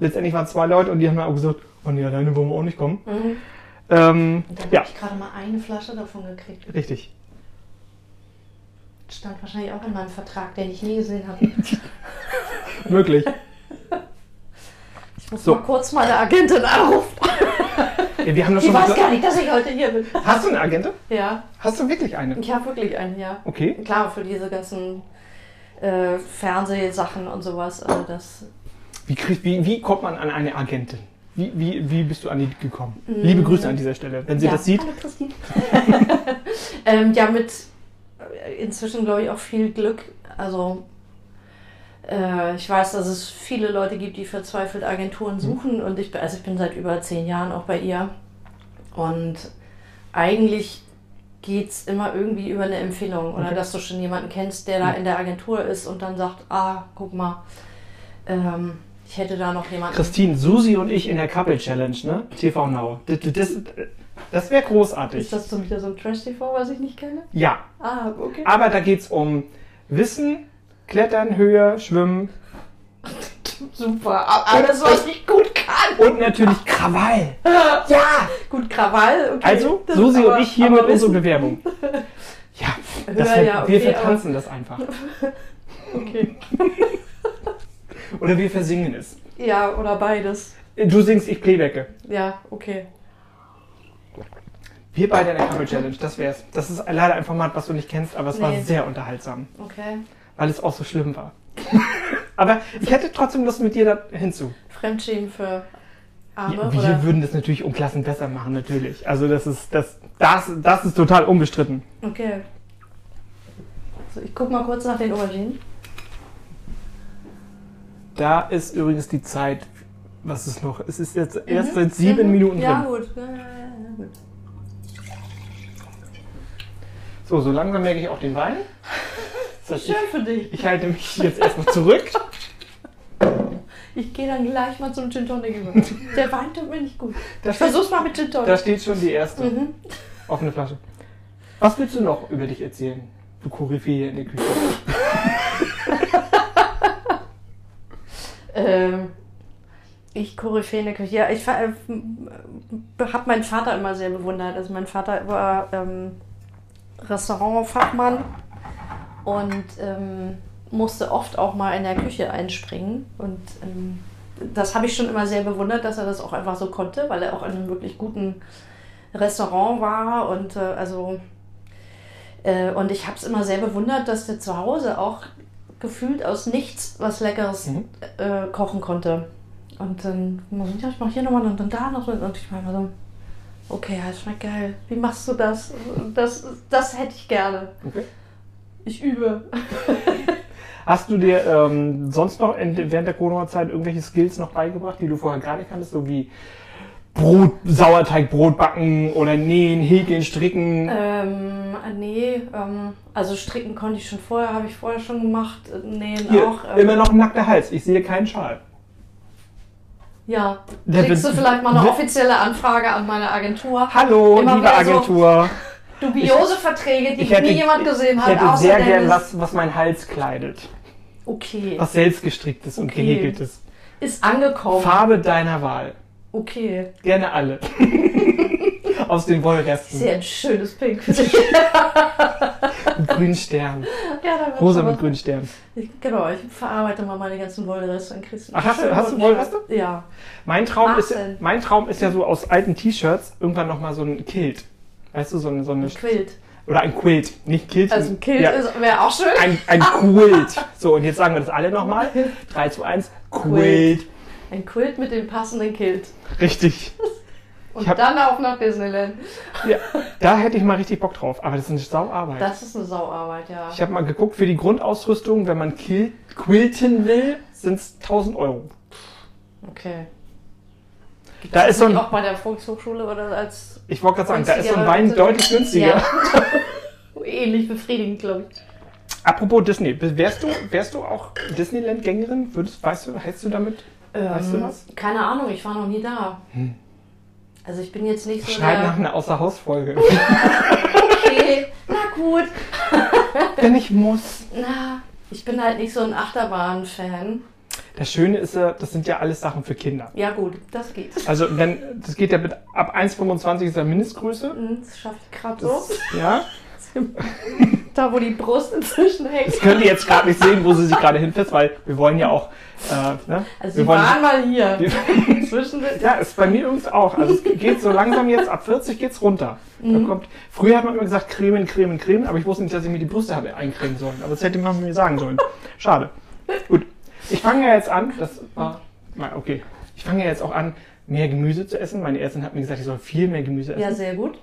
Letztendlich waren zwei Leute und die haben dann auch gesagt, oh nee, alleine wollen wir auch nicht kommen. Ähm,
Mhm. Und dann
ja,
habe ich gerade mal eine Flasche davon gekriegt.
richtig.
Stand wahrscheinlich auch in meinem Vertrag, den ich nie gesehen habe.
Möglich.
Ich muss
So.
mal kurz meine Agentin anrufen.
Ja, wir haben das
Die
schon mal
weiß gar
gesagt.
nicht, dass ich heute hier bin.
Hast du eine Agente?
Ja,
Hast du wirklich eine?
ich habe wirklich einen, ja.
Okay.
Klar, für diese ganzen äh, Fernsehsachen und sowas. Also das,
Wie, kriegt, wie, wie kommt man an eine Agentin? Wie, wie, wie bist du an die gekommen? Liebe Grüße an dieser Stelle. Wenn sie
Mhm. ja.
das sieht,
Hallo, Christine. ähm, ja, mit äh, inzwischen, glaube ich, auch viel Glück. Also, äh, ich weiß, dass es viele Leute gibt, die verzweifelt Agenturen
Mhm.
suchen. Und ich, bin- also ich bin seit über zehn Jahren auch bei ihr. Und eigentlich geht es immer irgendwie über eine Empfehlung. Oder
Okay. Mhm.
dass du schon jemanden kennst, der da in der Agentur ist und dann sagt: Ah, guck mal, ähm, ich hätte da noch jemanden.
Christine, Susi und ich in der Couple Challenge, ne? TV Now. Das, das, das wäre großartig.
Ist das so wieder so ein Trash-TV, was ich nicht kenne?
Ja,
Ah, okay.
aber da geht's um Wissen, Klettern, Höhe, Schwimmen
Super, ab- alles, was ich gut kann.
und natürlich Krawall.
Ja! Gut, Krawall. Okay.
Also,
Das
Susi
ist aber-
und ich hier
aber
mit unserer
wissen-
Bewerbung. Ja, das
Ja,
wir,
ja,
wir
okay,
vertanzen das einfach.
Okay.
Oder wir versingen es.
Ja, oder beides.
Du singst, ich playbacke.
Ja, okay.
Wir beide in der Couple Challenge, das wär's. Das ist leider ein Format, was du nicht kennst, aber es war
Nee.
sehr unterhaltsam,
Okay.
weil es auch so schlimm war. aber ich hätte trotzdem Lust, mit dir da hinzu.
Fremdschämen für Arme
Ja, wir
oder.
würden das natürlich um Klassen besser machen, natürlich. Also das ist das, das, das ist total unbestritten.
Okay. So, ich guck mal kurz nach den Auberginen.
Da ist übrigens die Zeit, was ist noch? Es ist jetzt erst seit sieben Minuten drin.
Ja, Mhm, gut. Ja, ja, ja, ja, gut.
So, so langsam merke ich auch den Wein. So, ich,
Schön für dich.
ich halte mich jetzt erstmal zurück.
Ich gehe dann gleich mal zum Gin Tonic über. Der Wein tut mir nicht gut.
Da
Ich
steht,
versuch's mal mit Gin
da
Tonic.
steht schon die erste
Mhm.
offene Flasche. Was willst du noch über dich erzählen? Du Koryphäe hier in der Küche.
Ähm, ich Koryphäe in der Küche. Ja, ich äh, habe meinen Vater immer sehr bewundert. Also mein Vater war ähm, Restaurantfachmann und ähm, musste oft auch mal in der Küche einspringen. Und ähm, das habe ich schon immer sehr bewundert, dass er das auch einfach so konnte, weil er auch in einem wirklich guten Restaurant war und äh, also äh, und ich habe es immer sehr bewundert, dass der zu Hause auch gefühlt aus nichts was Leckeres
Mhm.
äh, kochen konnte. Und dann muss ich, ja, ich mache hier nochmal und dann da noch und ich meine so, okay, ja, das schmeckt geil. Wie machst du das? Das, das hätte ich gerne.
Okay.
Ich übe.
Hast du dir ähm, sonst noch in, während der Corona-Zeit irgendwelche Skills noch beigebracht, die du vorher gar nicht kanntest, so wie Brot, Sauerteigbrot backen oder nähen, häkeln, stricken?
Ähm, nee, ähm, also stricken konnte ich schon vorher, habe ich vorher schon gemacht. Äh, Nähen
Hier,
auch. Ähm,
immer noch ein nackter Hals. Ich sehe keinen Schal.
Ja.
Der
Kriegst du
wird-
vielleicht mal eine
wird-
offizielle Anfrage an meine Agentur?
Hallo,
Immer
liebe
wieder so-
Agentur.
Dubiose Verträge, die
ich hätte,
nie jemand gesehen
ich
hat,
hätte
außer
sehr
Dennis.
gern was, was meinen Hals kleidet.
Okay.
Was selbstgestricktes und
Okay. Oh.
gehäkeltes.
Ist angekommen.
Farbe deiner Wahl.
okay.
Gerne alle. Aus den Wollresten.
Sehr ein schönes Pink.
Grünen Stern.
Ja, dann wird's
Rosa
aber-
mit grünen Sternen.
Ich- Genau, ich verarbeite mal meine ganzen Wollreste und kriegst
Ach, hast du- hast du Wollreste?
Ja.
Mein Traum, ist,
Wahnsinn.
mein Traum ist ja so aus alten T-Shirts irgendwann nochmal so ein Kilt. Weißt du, so eine, so eine
Ein Quilt.
oder ein Quilt, nicht Kilt.
Also ein Kilt
ja,
ist Ah. wäre auch schön.
ein, ein Quilt. So, und jetzt sagen wir das alle nochmal. 3, 2, 1, Quilt.
Ein Quilt mit dem passenden Kilt.
Richtig.
Und
Ich hab-
dann auch nach Disneyland.
Ja, da hätte ich mal richtig Bock drauf, aber das ist eine Sauarbeit.
Das ist eine Sauarbeit, ja.
ich habe mal geguckt, für die Grundausrüstung, wenn man Kilt, quilten will, sind es 1000 Euro.
Okay. Gibt
Da
das
ist so ein-
nicht auch bei der Volkshochschule oder als
Ich wollte gerade sagen, da ist so ein
Günstigere
Wein
Witze.
deutlich günstiger.
Ja. Ähnlich befriedigend, glaube ich.
Apropos Disney, wärst du, wärst du auch Disneyland-Gängerin? Würdest, weißt du, heißt du damit? Weißt du was?
Keine Ahnung, Ähm, ich war noch nie da. Also ich bin jetzt nicht so
Schreib nach
der...
einer Außerhausfolge.
Okay, na gut.
Wenn ich muss.
Na, ich bin halt nicht so ein Achterbahn-Fan.
Das Schöne ist ja, das sind ja alles Sachen für Kinder.
Ja gut, das geht.
Also wenn, das geht ja mit, ab 1,25 ist ja Mindestgröße.
Hm, Das schafft ich gerade so.
Das, ja.
Da, wo die Brust inzwischen hängt.
Das könnt ihr jetzt gerade nicht sehen, wo sie sich gerade hinfasst, weil wir wollen ja auch, äh, ne?
Also
wir
wir
wollen,
waren mal hier. Inzwischen
ja, ist bei mir übrigens auch. Also es geht so langsam jetzt, ab 40 geht's runter.
Mhm.
Da kommt, früher hat man immer gesagt, cremen, cremen, cremen, aber ich wusste nicht, dass ich mir die Brüste habe eincremen sollen. Aber das hätte man mir sagen sollen. Schade. Gut. Ich fange ja jetzt an, das war, na, okay. Ich fange ja jetzt auch an, mehr Gemüse zu essen. Meine Ärztin hat mir gesagt, ich soll viel mehr Gemüse essen.
Ja, sehr gut.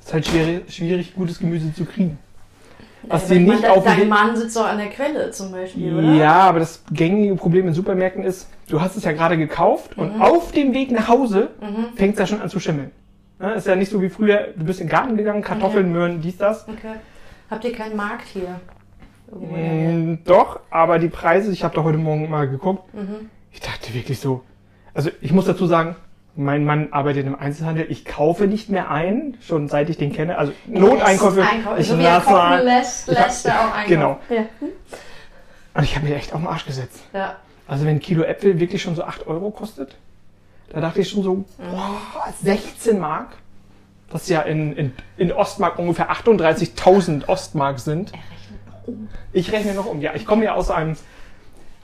Ist halt schwierig, schwierig, gutes Gemüse zu kriegen. Was
Weil
sie
ich meine,
nicht
dein-
auf dem
Dein
Weg-
Mann sitzt doch an der Quelle zum Beispiel, oder?
Ja, aber das gängige Problem in Supermärkten ist, du hast es ja gerade gekauft
Mhm.
und auf dem Weg nach Hause fängt es ja schon an zu schimmeln. Ne, Ist ja nicht so wie früher, du bist in den Garten gegangen, Kartoffeln, Möhren, dies, das.
Okay. Habt ihr keinen Markt hier? Irgendwo in der Nähe?
Mm, doch, aber die Preise, ich habe da heute Morgen mal geguckt,
Mhm.
ich dachte wirklich so. Also ich muss dazu sagen, mein Mann arbeitet im Einzelhandel, ich kaufe nicht mehr ein, schon seit ich den kenne. Also Noteinkäufe,
Lässt Einkaufen.
ich
So wie er
lasse
kochen
ein.
lässt, lässt er auch einkaufen. Genau.
Und ich habe mir echt auf den Arsch gesetzt.
Ja. ja.
Also wenn ein Kilo Äpfel wirklich schon so 8 Euro kostet, da dachte ich schon so, boah, 16 Mark, was ja in, in, in Ostmark ungefähr 38.000 Ostmark sind. Ich rechne noch um. Ja, ich komme ja aus einem...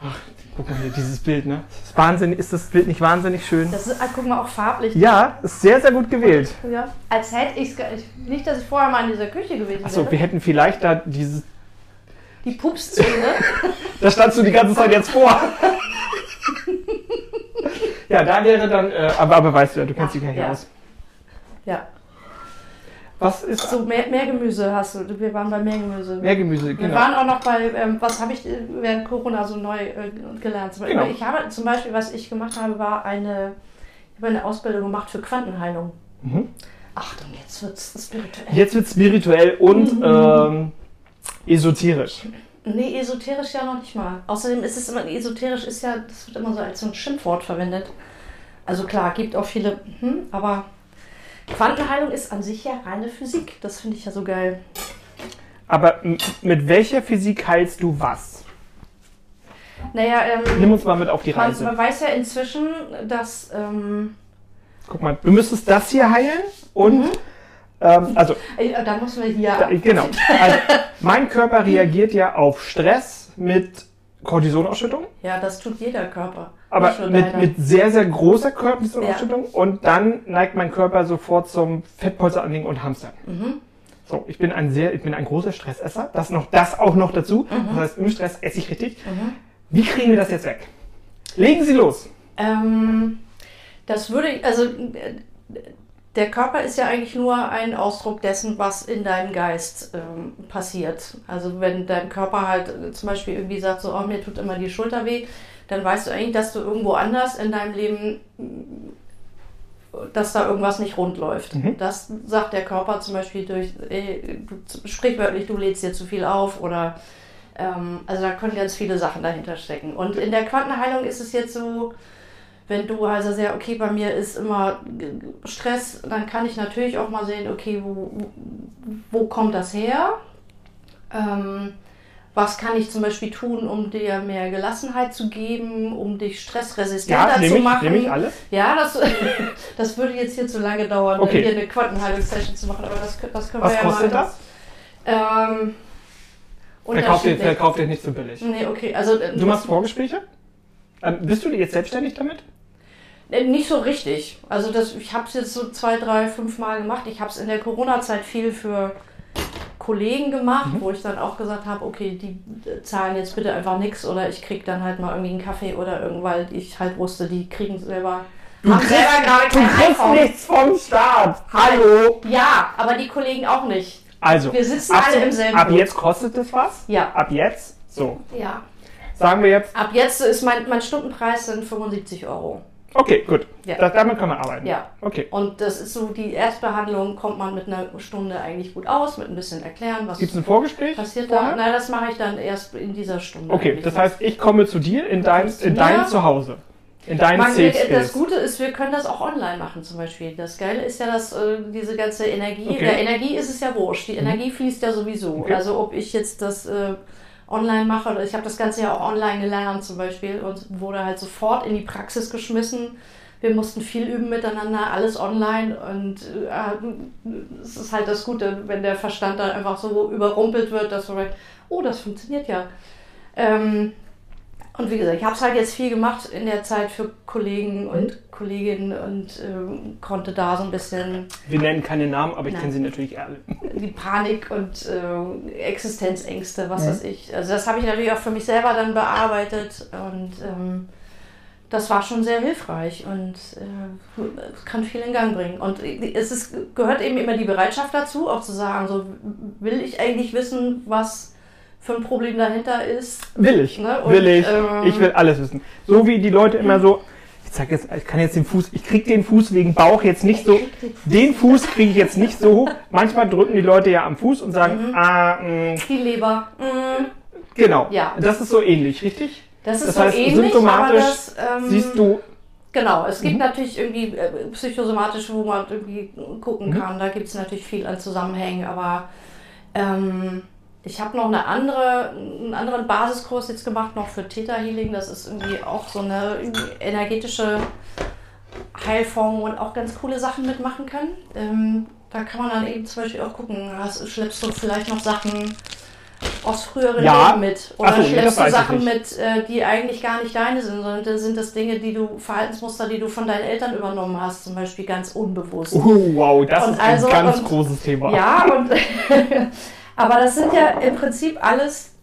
Ach, guck mal hier, dieses Bild, ne? Ist, wahnsinnig, ist das Bild nicht wahnsinnig schön?
Das ist, ah, guck mal, auch farblich.
Ja, ist sehr, sehr gut gewählt.
Ja. Als hätte ich es. Nicht, dass ich vorher mal in dieser Küche gewesen
Achso, wir
wäre.
hätten vielleicht da dieses...
Die Pupszone.
Da standst du die ganze Zeit jetzt vor. ja, da wäre dann... Äh, aber, aber weißt du ja, du kennst dich ja hier
ja.
aus.
ja.
Was ist
So, mehr, mehr Gemüse hast du. Wir waren bei mehr Gemüse.
Mehr Gemüse,
Wir
genau.
waren auch noch bei, ähm, was habe ich äh, während Corona so neu äh, gelernt? Zum Beispiel,
Genau.
Ich habe zum Beispiel, was ich gemacht habe, war eine, ich habe eine Ausbildung gemacht für Quantenheilung.
Mhm.
Achtung, jetzt wird es spirituell.
Jetzt wird spirituell und
Mhm.
ähm, esoterisch.
Nee, esoterisch ja noch nicht mal. Außerdem ist es immer, esoterisch ist ja, das wird immer so als so ein Schimpfwort verwendet. Also klar, gibt auch viele, hm, aber Quantenheilung ist an sich ja reine Physik. Das finde ich ja so geil.
Aber m- mit welcher Physik heilst du was?
Naja,
Nimm
ähm,
uns mal mit auf die
man, man
Reise.
weiß ja inzwischen, dass. Ähm,
Guck mal, du müsstest das hier heilen und
Mhm.
ähm, also
Äh, Da muss man hier.
da, genau. Also, mein Körper reagiert ja auf Stress mit Cortisonausschüttung,
Ja, das tut jeder Körper. Nicht
aber
nur
mit,
deiner.
mit sehr sehr großer Cortisonausschüttung und dann neigt mein Körper sofort zum Fettpolster anlegen und Hamstern.
Mhm.
So, ich bin ein sehr, ich bin ein großer Stressesser. Das noch, das auch noch dazu. Das heißt, im Stress esse ich richtig.
Mhm.
Wie kriegen wir das jetzt weg? Legen Sie los.
Ähm, das würde, also äh, der Körper ist ja eigentlich nur ein Ausdruck dessen, was in deinem Geist ähm, passiert. Also wenn dein Körper halt äh, zum Beispiel irgendwie sagt, so, oh, mir tut immer die Schulter weh, dann weißt du eigentlich, dass du irgendwo anders in deinem Leben, mh, dass da irgendwas nicht rund läuft.
Mhm.
Das sagt der Körper zum Beispiel durch, äh, du- sprichwörtlich, du lädst dir zu viel auf oder Ähm, also da können ganz viele Sachen dahinter stecken. Und in der Quantenheilung ist es jetzt so, wenn du also sehr, okay, bei mir ist immer äh, Stress, dann kann ich natürlich auch mal sehen, okay, wo, wo kommt das her? Ähm, was kann ich zum Beispiel tun, um dir mehr Gelassenheit zu geben, um dich stressresistenter zu
nehme ich,
machen?
nehme ich alles.
Ja, das, das würde jetzt hier zu lange dauern,
Okay.
hier eine Quantenheilungssession zu machen, aber das, kö- das können
Was
wir ja
kostet
mal.
das?
Ähm,
Verkauf dir,
unterschiedlich.
verkauf dir nicht so billig.
Nee, okay. Also, äh,
Du machst Vorgespräche? Ähm, bist du jetzt selbstständig damit?
Äh, Nicht so richtig. Also das, ich habe es jetzt so zwei, drei, fünf Mal gemacht. Ich habe es in der Corona-Zeit viel für Kollegen gemacht,
Mhm.
wo ich dann auch gesagt habe, okay, die äh, zahlen jetzt bitte einfach nichts oder ich krieg dann halt mal irgendwie einen Kaffee oder irgendwann, ich halt wusste, die kriegen selber. Du haben selber gerade
Du
kein
kriegst
Einkommen.
nichts vom Staat. Hallo.
Ja, aber die Kollegen auch nicht.
Also,
Wir sitzen
ab,
alle im selben
ab
Boot.
jetzt kostet das was?
Ja.
Ab jetzt? So,
Ja.
sagen wir jetzt,
Ab jetzt ist mein, mein Stundenpreis sind 75 Euro.
okay, gut.
Ja.
Da, damit kann man arbeiten.
Ja.
Okay.
Und das ist so, die Erstbehandlung kommt man mit einer Stunde eigentlich gut aus, mit ein bisschen erklären, was
Gibt es ein Vorgespräch?
Passiert da?
vorher?
Nein, das mache ich dann erst in dieser Stunde.
Okay,
eigentlich.
das heißt, ich komme zu dir in dein,
kommst du
in
zu mir.
dein Zuhause. In dein
Man, äh,
Safe
das
Space.
Gute ist, wir können das auch online machen zum Beispiel. Das Geile ist ja, dass äh, diese ganze Energie,
Okay. Mhm.
der Energie ist es ja wurscht, die Energie fließt ja sowieso.
Okay.
Also ob ich jetzt das äh, online mache oder ich habe das Ganze ja auch online gelernt zum Beispiel und wurde halt sofort in die Praxis geschmissen. Wir mussten viel üben miteinander, alles online und äh, es ist halt das Gute, wenn der Verstand dann einfach so überrumpelt wird, dass man sagt, oh, das funktioniert ja. Ähm, und wie gesagt, ich habe es halt jetzt viel gemacht in der Zeit für Kollegen und Kolleginnen und ähm, konnte da so ein bisschen
Wir nennen keine Namen, aber ich
Nein.
kenne sie natürlich alle.
die Panik und äh, Existenzängste, was
Mhm.
weiß ich. Also das habe ich natürlich auch für mich selber dann bearbeitet und ähm, das war schon sehr hilfreich und äh, es kann viel in Gang bringen. Und es ist, gehört eben immer die Bereitschaft dazu, auch zu sagen, so will ich eigentlich wissen, was für ein Problem dahinter ist.
Will ich.
Ne? Und,
Will ich.
ähm,
ich will alles wissen. So wie die Leute immer so, ich sag jetzt, ich kann jetzt den Fuß, ich krieg den Fuß wegen Bauch jetzt nicht so, den Fuß kriege ich jetzt nicht so hoch. Manchmal drücken die Leute ja am Fuß und sagen,
Mhm.
ah, mh,
Die Leber. mm,
genau.
Ja.
Das ist so ähnlich, richtig?
Das ist
Das
so
heißt,
ähnlich,
symptomatisch
aber das, ähm,
Siehst du,
Genau, es
Mhm.
gibt natürlich irgendwie äh, psychosomatisch, wo man irgendwie gucken
Mhm.
kann. Da gibt es natürlich viel an Zusammenhängen, aber ähm, ich habe noch eine andere, einen anderen Basiskurs jetzt gemacht, noch für Theta Healing. Das ist irgendwie auch so eine energetische Heilform und auch ganz coole Sachen mitmachen können. Ähm, da kann man dann eben zum Beispiel auch gucken, hast, schleppst du vielleicht noch Sachen aus früheren
Ja.
Leben mit? Oder
Ach so, nee, das
schleppst
weiß
du
ich
Sachen
nicht.
mit, äh, die eigentlich gar nicht deine sind, sondern das sind das Dinge, die du, Verhaltensmuster, die du von deinen Eltern übernommen hast, zum Beispiel ganz unbewusst.
oh, wow, das
Und
ist ein
also-
ganz
und-
großes Thema.
Ja, und aber das sind ja im Prinzip alles,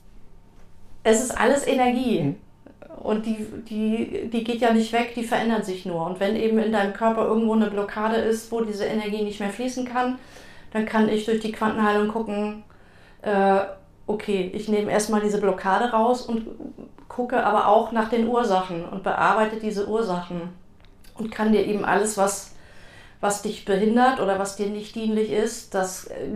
es ist alles Energie.
Mhm.
Und die, die, die geht ja nicht weg, die verändert sich nur. Und wenn eben in deinem Körper irgendwo eine Blockade ist, wo diese Energie nicht mehr fließen kann, dann kann ich durch die Quantenheilung gucken, äh, okay, ich nehme erstmal diese Blockade raus und gucke aber auch nach den Ursachen und bearbeite diese Ursachen und kann dir eben alles, was, was dich behindert oder was dir nicht dienlich ist, das äh,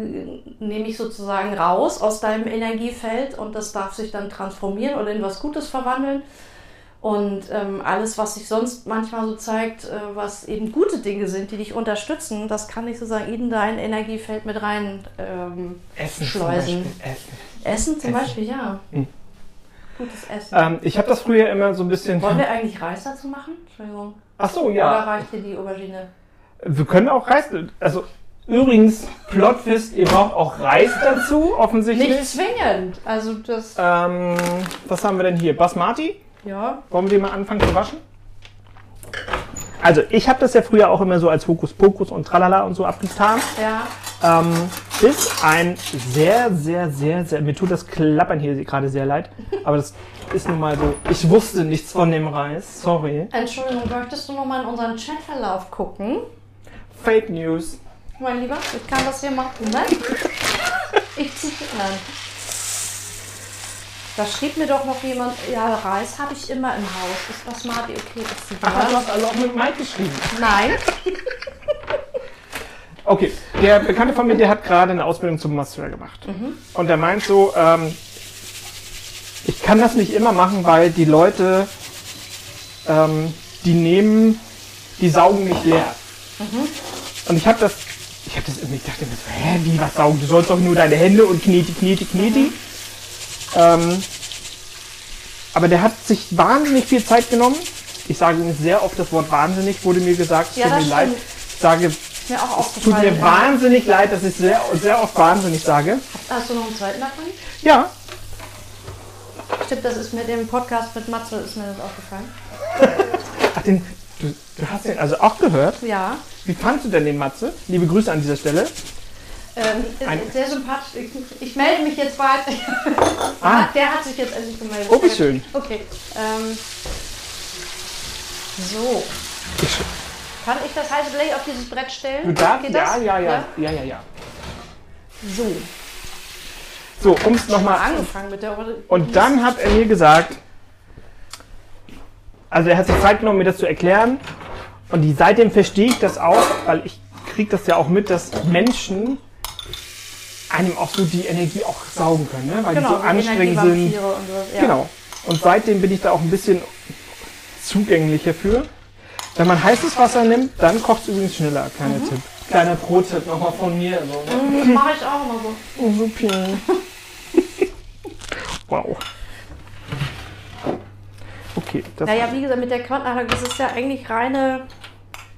nehme ich sozusagen raus aus deinem Energiefeld und das darf sich dann transformieren oder in was Gutes verwandeln. Und ähm, alles, was sich sonst manchmal so zeigt, äh, was eben gute Dinge sind, die dich unterstützen, das kann ich sozusagen in dein Energiefeld mit rein. Ähm,
Essen
Schleusen.
zum Beispiel. Essen.
Essen zum
Essen.
Beispiel, ja.
Mhm.
Gutes Essen.
Ähm, ich habe das früher immer so ein bisschen.
Wollen wir eigentlich Reis dazu machen? Entschuldigung.
Ach so,
Oder
ja.
reicht dir die Aubergine?
Wir können auch Reis. Also übrigens, Plotfist, ihr braucht auch Reis dazu, offensichtlich.
Nicht zwingend. Also das,
Ähm, was haben wir denn hier? Basmati?
ja.
Wollen wir die mal anfangen zu waschen? Also, ich habe das ja früher auch immer so als Hokuspokus und Tralala und so abgetan.
Ja.
Ähm, bis ein sehr, sehr, sehr, sehr. Mir tut das Klappern hier gerade sehr leid. Aber das ist nun mal so. Ich wusste nichts von dem Reis. Sorry.
Entschuldigung, möchtest du nochmal in unseren Chatverlauf gucken?
Fake News.
Mein Lieber, ich kann das hier machen, ne? Ich zieh nein. Da schrieb mir doch noch jemand, ja, Reis habe ich immer im Haus. Ist das Marti okay? Ist sie
Ach, du
da?
hast also auch mit Mike geschrieben.
Nein.
Okay, der Bekannte von mir, der hat gerade eine Ausbildung zum Masseur gemacht.
Mhm.
Und der meint so, ähm, ich kann das nicht immer machen, weil die Leute, ähm, die nehmen, die saugen mich leer.
Mhm.
Und ich habe das, ich habe das irgendwie, ich dachte mir so, hä, wie, was saugen? Du sollst doch nur deine Hände und kneti, kneti, kneti.
Mhm.
Ähm, aber der hat sich wahnsinnig viel Zeit genommen. Ich sage übrigens sehr oft das Wort wahnsinnig, wurde mir gesagt,
Ja,
tut mir
das
leid.
stimmt.
Ich sage
mir auch
Tut
aufgefallen.
mir wahnsinnig leid, dass ich sehr, sehr oft wahnsinnig sage.
Hast du noch einen zweiten davon?
Ja,
Stimmt, das ist mit dem Podcast mit Matze, ist mir das aufgefallen.
ach, den, du, du hast den also auch gehört.
Ja.
Wie fandst du denn den Matze? Liebe Grüße an dieser Stelle.
Ähm,
Ein-
sehr sympathisch. Ich, ich melde mich jetzt bald.
Ah.
Der hat sich jetzt endlich gemeldet.
Oh, wie schön.
Okay. Ähm, so.
Ich,
Kann ich das heiße Blech auf dieses Brett stellen?
du darfst,
Geht
ja,
das?
ja, ja, ja, ja, ja.
So.
So, um es nochmal an.
Angefangen mit der Rolle.
Und dann hat er mir gesagt, also er hat sich Zeit genommen, mir das zu erklären. Und die, seitdem verstehe ich das auch, weil ich kriege das ja auch mit, dass Menschen einem auch so die Energie auch saugen können, ne? weil die so
genau,
anstrengend sind.
Energievampire Und so. Ja.
Genau. Und seitdem bin ich da auch ein bisschen zugänglicher für. Wenn man heißes Wasser nimmt, dann kocht es übrigens schneller. Kleiner
Mhm.
Tipp. Kleiner Pro-Tipp nochmal von mir. So, ne?
Das mache Mhm, ich auch immer so.
Oh, super. wow. Okay, das
Naja, wie gesagt, mit der Quantenanlage ist es ja eigentlich reine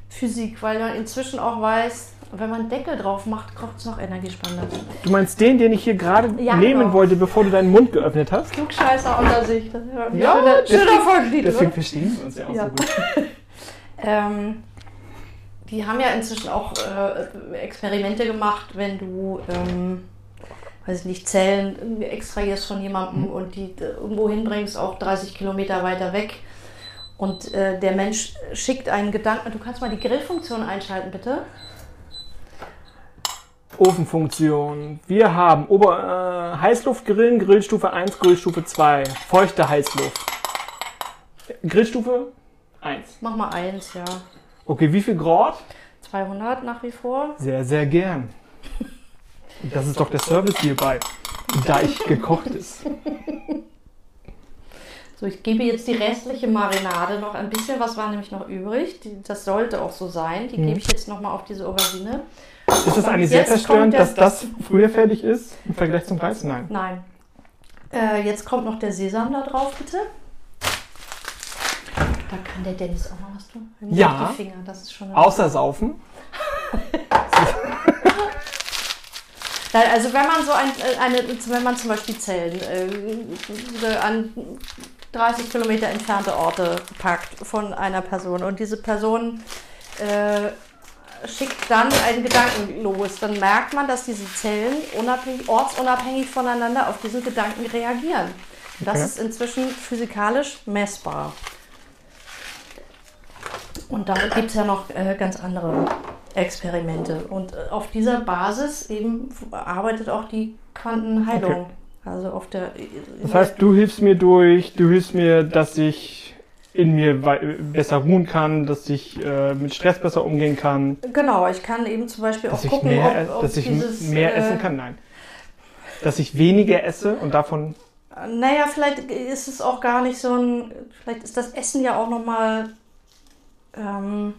Physik, weil man inzwischen auch weiß, wenn man Deckel drauf macht, kocht es noch energiespannender.
du meinst den, den ich hier gerade
Ja,
nehmen
genau.
wollte, bevor du deinen Mund geöffnet hast?
Klugscheißer unter sich. Das ist ein
Ja,
schöner,
deswegen-
schöner Folgenlied,
Deswegen
oder?
verstehen wir uns ja auch
Ja.
so gut.
Ähm, die haben ja inzwischen auch äh, Experimente gemacht, wenn du, ähm, weiß nicht, Zellen extrahierst von jemandem und die äh, irgendwo hinbringst, auch 30 Kilometer weiter weg. Und äh, der Mensch schickt einen Gedanken. Du kannst mal die Grillfunktion einschalten, bitte.
Ofenfunktion. Wir haben Ober äh, Heißluftgrillen, Grillstufe 1, Grillstufe 2. Feuchte Heißluft. Grillstufe 1.
Mach mal eins, ja.
Okay, wie viel Grad?
200 nach wie vor.
Sehr, sehr gern. Und Das ist doch der Service hierbei. Deich gekocht ist.
So, ich gebe jetzt die restliche Marinade noch ein bisschen. Was war nämlich noch übrig? Die, das sollte auch so sein. Die gebe ich jetzt nochmal auf diese Aubergine.
Ist das eigentlich sehr
Jetzt
verstörend,
kommt der-
dass das früher fertig ist im Vergleich zum Reis? Nein.
Nein. Äh, jetzt kommt noch der Sesam da drauf, bitte. Da kann der Dennis auch noch was tun. Nimm
Ja.
doch Die Finger, das ist schon.
Außer Saufen.
Nein, also wenn man so ein, äh, eine, wenn man zum Beispiel Zellen äh, an 30 Kilometer entfernte Orte packt von einer Person und diese Person äh, schickt dann einen Gedanken los, dann merkt man, dass diese Zellen unabhängig, ortsunabhängig voneinander auf diesen Gedanken reagieren. Das
Okay.
ist inzwischen physikalisch messbar. Und da gibt es ja noch äh, ganz andere Experimente. Und äh, auf dieser Basis eben f- arbeitet auch die Quantenheilung. Also auf der.
Das heißt, du hilfst mir durch, du hilfst mir, dass ich in mir wei- besser ruhen kann, dass ich äh, mit Stress besser umgehen kann,
genau, ich kann eben zum Beispiel
dass
auch
ich
gucken,
mehr, e-
ob, ob
dass ich m-
dieses,
mehr
äh,
essen kann. Nein. Dass ich weniger esse und davon.
Naja, vielleicht ist es auch gar nicht so ein. Vielleicht ist das Essen ja auch nochmal. Ähm,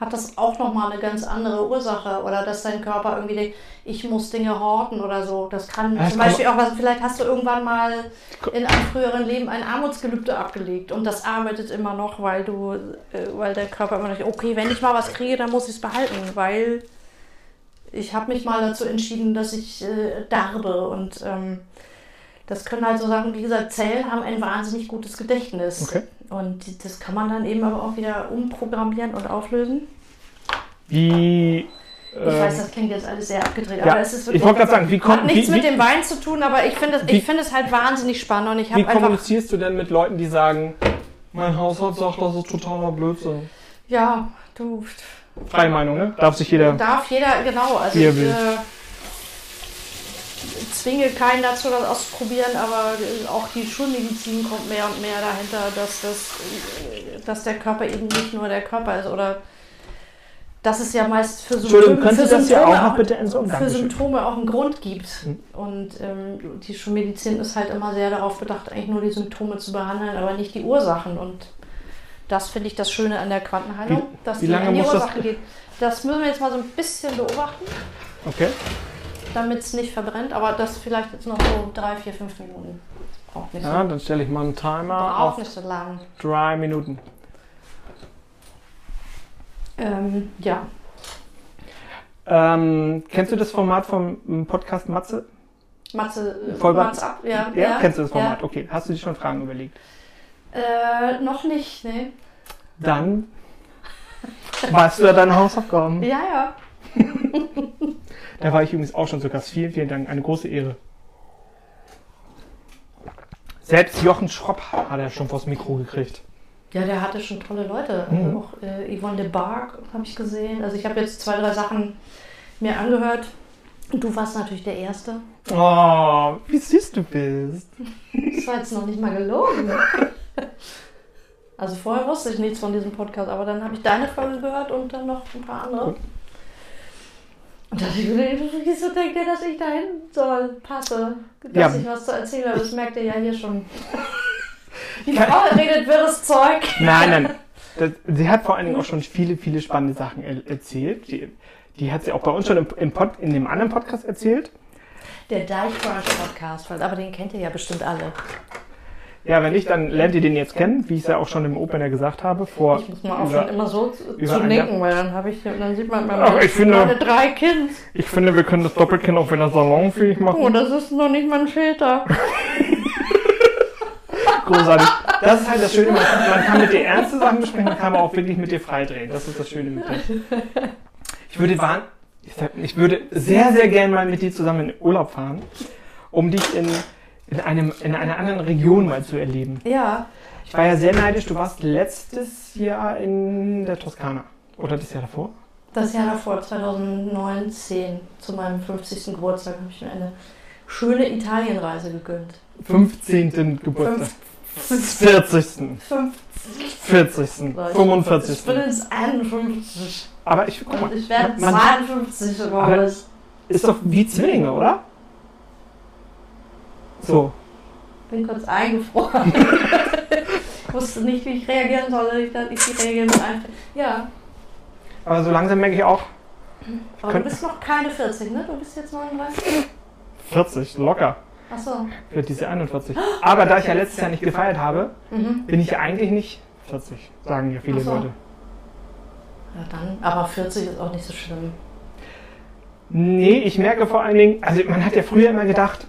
hat das auch nochmal eine ganz andere Ursache. Oder dass dein Körper irgendwie denkt, ich muss Dinge horten oder so. Das kann
Ja, das
zum
kann
Beispiel auch was. Vielleicht hast du irgendwann mal
Ko-
in einem früheren Leben ein Armutsgelübde abgelegt. Und das arbeitet immer noch, weil du. Äh, weil der Körper immer noch. denkt, Okay, wenn ich mal was kriege, dann muss ich es behalten. Weil ich habe mich mal dazu entschieden, dass ich äh, darbe und. Ähm, das können halt so Sachen, wie gesagt, Zellen haben ein wahnsinnig gutes Gedächtnis.
Okay.
Und die- das kann man dann eben aber auch wieder umprogrammieren und auflösen.
Wie.
Ich weiß, das klingt jetzt alles sehr abgedreht,
Ähm, ja,
aber es ist
ich wollte gerade sagen, wie
hat
kommt
nichts
wie,
mit
wie,
dem Wein zu tun, aber ich finde es
Wie-
ich finde es halt wahnsinnig spannend und ich
wie
habe einfach
kommunizierst du denn mit Leuten, die sagen, mein Hausarzt sagt, das ist totaler Blödsinn?
ja, du
Freie Meinung, ne? Darf sich jeder.
darf jeder genau, also
Wie er
ich
will.
äh, zwinge keinen dazu das auszuprobieren, aber äh, auch die Schulmedizin kommt mehr und mehr dahinter, dass das äh, dass der Körper eben nicht nur der Körper ist oder das ist ja meist für
Entschuldigung,
Symptome-
könntest du
für
das hier
Symptome
auch noch bitte entsorgen?
für
Dankeschön.
Symptome auch einen Grund gibt.
Hm.
Und ähm, die Schulmedizin ist halt immer sehr darauf bedacht, eigentlich nur die Symptome zu behandeln, aber nicht die Ursachen. Und das finde ich das Schöne an der Quantenheilung,
Wie-
dass
wie
die
lange
an die
muss das-
Ursache geht. Das müssen wir jetzt mal so ein bisschen beobachten,
Okay.
damit es nicht verbrennt, aber das vielleicht jetzt noch so drei, vier, fünf Minuten. Braucht nicht so,
Ja, dann stelle ich mal einen Timer
braucht
auf
nicht so lang.
drei Minuten.
Ähm, ja.
Ähm, kennst du das Format vom ähm, Podcast Matze?
Matze,
Voll
Mats ab, ja.
Ja, kennst du das Format? Okay, hast du dir schon Fragen überlegt?
Ja. Äh, noch nicht, ne?
Dann machst du ja deine Hausaufgaben.
Ja, ja.
Da war ich übrigens auch schon zu Gast. Vielen, vielen Dank. Eine große Ehre. Selbst Jochen Schropp hat er schon vors Mikro gekriegt.
Ja, der hatte schon tolle Leute.
Mhm.
Also auch äh, Yvonne de Barg habe ich gesehen. Also ich habe jetzt zwei, drei Sachen mir angehört. Du warst natürlich der Erste.
Oh, wie süß du bist.
Das war jetzt noch nicht mal gelogen. Also vorher wusste ich nichts von diesem Podcast, aber dann habe ich deine Folge gehört und dann noch ein paar andere.
Cool.
Und dachte ich, mir, wieso denkt ihr, dass ich dahin soll, passe, dass
Ja.
ich was zu erzählen habe? Das merkt ihr ja hier schon. Die
Kann-
Frau redet wirres Zeug.
Nein, nein. Das, sie hat vor allen Dingen auch schon viele, viele spannende Sachen er erzählt. Die, die hat sie auch bei uns schon im, im Pod, in dem anderen Podcast erzählt.
Der Deichbrunch-Podcast, aber den kennt ihr ja bestimmt alle.
Ja, wenn nicht, dann lernt ihr den jetzt kennen, wie ich es ja auch schon im Opener gesagt habe. Vor
Ich muss mal aufhören,
über-
immer so zu,
über
zu
ein
nicken, weil dann, hab ich, dann sieht man meine,
Ach, ich finde-
meine drei Kinder.
ich finde, wir können das Doppelkinn auch wieder salonfähig machen.
Oh, das ist noch nicht mein Filter.
Großartig. Das ist halt das Schöne, man kann, man kann mit dir ernste Sachen besprechen, man kann aber auch wirklich mit dir freidrehen. Das ist das Schöne mit dir. Ich würde, wahn- ich sag- ich würde sehr, sehr gerne mal mit dir zusammen in Urlaub fahren, um dich in, in, einem, in einer anderen Region mal zu erleben.
Ja,
Ich war ja sehr neidisch, du warst letztes Jahr in der Toskana. Oder das Jahr davor?
Das Jahr davor, 2019, zu meinem 50. Geburtstag, habe ich mir eine schöne Italienreise gegönnt.
15. Geburtstag.
Fünf-
40.
50.
40.
Leute. Ich
45.
bin jetzt 51.
Aber ich, guck
Und
mal,
ich werde
man-
52 im
Aber-
August.
ist doch wie Zwillinge, oder? So.
Bin kurz eingefroren. ich wusste nicht, wie ich reagieren soll. Ich dachte, ich reagiere mit einfach. Ja,
Aber so langsam merke ich auch
aber
Könnt-
du bist noch keine 40, ne? Du bist jetzt 39.
40, locker.
Achso.
Wird diese 41. Aber da ich ja letztes Jahr nicht gefeiert habe,
Mhm.
bin ich ja eigentlich nicht 40, sagen ja viele
Ach so.
Leute.
Ja, dann. Aber 40 ist auch nicht so schlimm.
Nee, ich merke vor allen Dingen, also man hat ja früher immer gedacht,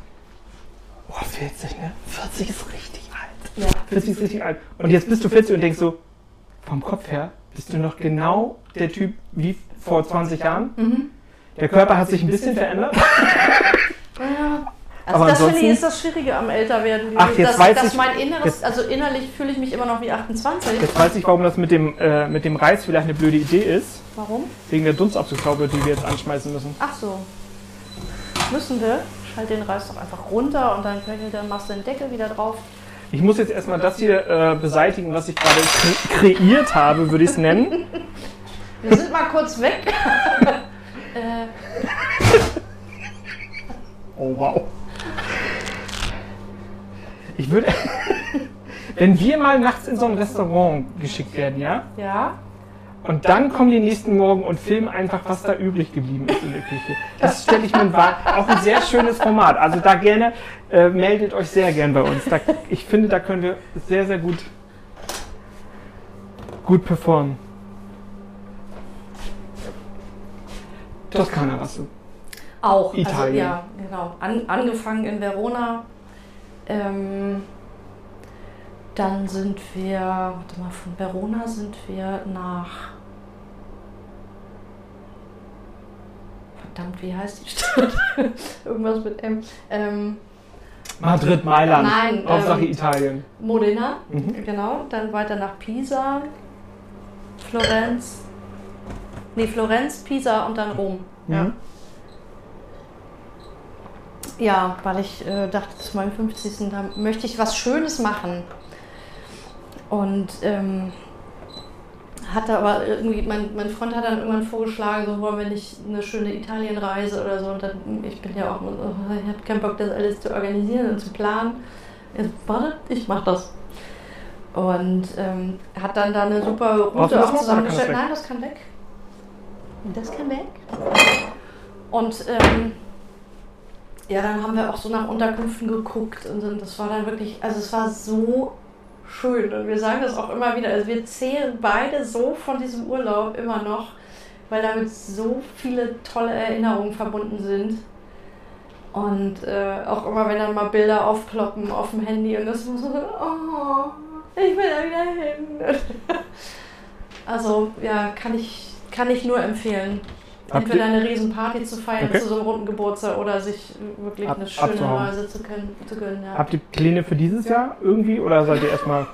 boah, 40, ne? 40 ist richtig alt.
Ja.
40 ist richtig alt. Und jetzt bist du 40 und denkst so, vom Kopf her bist du noch genau der Typ wie vor 20 Jahren.
Mhm.
Der Körper hat sich ein bisschen verändert.
Ja. Also
Aber
das finde ich
ansonsten-
ist das Schwierige am Älterwerden.
Ach, jetzt
dass,
weiß
dass
ich-
mein Inneres,
jetzt-
also innerlich fühle ich mich immer noch wie 28.
Jetzt weiß ich, warum das mit dem, äh, mit dem Reis vielleicht eine blöde Idee ist.
Warum?
Wegen der Dunstabzugshaube, die wir jetzt anschmeißen müssen.
Ach so. Müssen wir. Schalt den Reis doch einfach runter und dann, köchelt- dann machst du den Deckel wieder drauf.
Ich muss jetzt erstmal das hier äh, beseitigen, was ich gerade kre kreiert habe, würde ich es nennen.
Wir sind mal kurz weg. äh,
Oh wow. Ich würde. Wenn wir mal nachts in so ein Restaurant geschickt werden, ja?
ja.
Und dann kommen die nächsten Morgen und filmen einfach, was da übrig geblieben ist in der Küche. Das stelle ich mir wahr. Auch ein sehr schönes Format. Also da gerne, äh, meldet euch sehr gern bei uns. Da, ich finde, da können wir sehr, sehr gut, gut performen. Toskana warst du.
Auch. Also,
Italien.
ja, genau. An, angefangen in Verona. Ähm, dann sind wir, warte mal, von Verona sind wir nach. Verdammt, wie heißt die Stadt? Irgendwas mit M. Ähm,
Madrid, Mailand.
Nein,
Hauptsache
ähm,
Italien.
Modena,
Mhm.
genau. Dann weiter nach Pisa, Florenz. Nee, Florenz, Pisa und dann Rom. Ja.
Mhm.
Ja, weil ich äh, dachte, zu meinem 50. Da möchte ich was Schönes machen. Und ähm, hatte aber irgendwie, mein, mein Freund hat dann irgendwann vorgeschlagen, so wollen wir nicht eine schöne Italienreise oder so. Und dann, ich bin ja auch, immer so, ich habe keinen Bock, das alles zu organisieren und zu planen. Ich so, Warte, ich mach das. Und ähm, hat dann da eine super
Brauchst du
Route
das noch oder
auch
kann das
zusammengestellt.
weg?
Nein, das kann weg. Das kann weg. Und ähm, ja, dann haben wir auch so nach Unterkünften geguckt und dann, das war dann wirklich, also es war so schön und wir sagen das auch immer wieder, also wir zählen beide so von diesem Urlaub immer noch, weil damit so viele tolle Erinnerungen verbunden sind. Und äh, auch immer, wenn dann mal Bilder aufploppen auf dem Handy und das ist so, oh, ich will da wieder hin. also, ja, kann ich, kann ich nur empfehlen.
Habt
Entweder
ihr-
eine Riesenparty zu feiern
Okay.
zu so einem runden Geburtstag oder sich wirklich
Ab-
eine schöne
abzuhauen.
Reise zu, können, zu gönnen. Ja.
Habt ihr Pläne für dieses Jahr irgendwie oder seid ihr erstmal,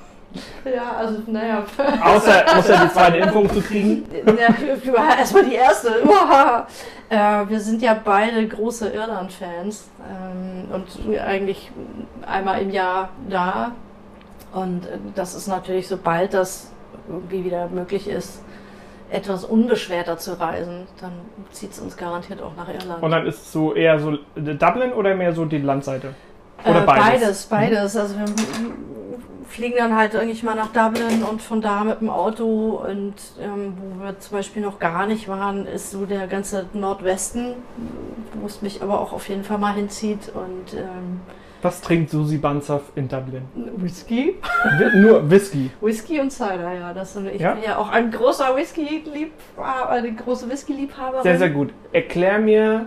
ja, also, naja.
außer, außer die zweite Impfung zu kriegen?
Ja, Erstmal die erste. Uah. Äh, wir sind ja beide große Irland-Fans ähm, und eigentlich einmal im Jahr da. Und äh, das ist natürlich, sobald das irgendwie wieder möglich ist, etwas unbeschwerter zu reisen, dann zieht es uns garantiert auch nach Irland.
Und dann ist es so eher so äh, Dublin oder mehr so die Landseite?
Äh,
Oder
beides,
beides? Mhm.
beides. Also wir fliegen dann halt eigentlich mal nach Dublin und von da mit dem Auto und ähm, wo wir zum Beispiel noch gar nicht waren, ist so der ganze Nordwesten, wo es mich aber auch auf jeden Fall mal hinzieht und ähm,
Was trinkt Susi Banzaf in Dublin?
Whisky.
Wi- Nur Whisky.
Whisky und Cider, ja. Das sind, ich
Ja?
bin ja auch ein großer Whisky-Liebhaber, eine große Whisky-Liebhaberin.
Sehr, sehr gut. Erklär mir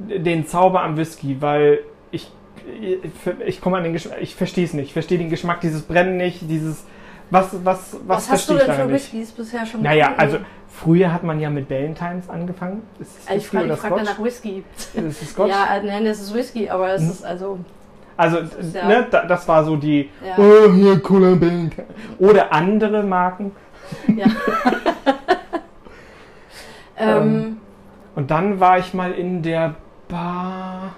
den Zauber am Whisky, weil ich, äh, ich komme an den Geschmack, ich verstehe es nicht. Ich verstehe den Geschmack, dieses Brennen nicht, dieses, was, was, was,
Was hast du
verstehe
denn
ich da
für
nicht?
Whiskys bisher schon
Naja,
getrunken?
also früher hat man ja mit Valentines angefangen. Ist es
Äh, Ich
Whisky
frage
oder
frag dann
Scotch?
nach Whisky.
Ist es Scotch?
Ja, äh, nein, das ist Whisky, aber es
Hm.
ist also.
Also,
ist ja-
ne, da, das war so die,
Ja.
oh, hier, Cola Bank. Oder andere Marken.
Ja. ähm,
Und dann war ich mal in der Bar.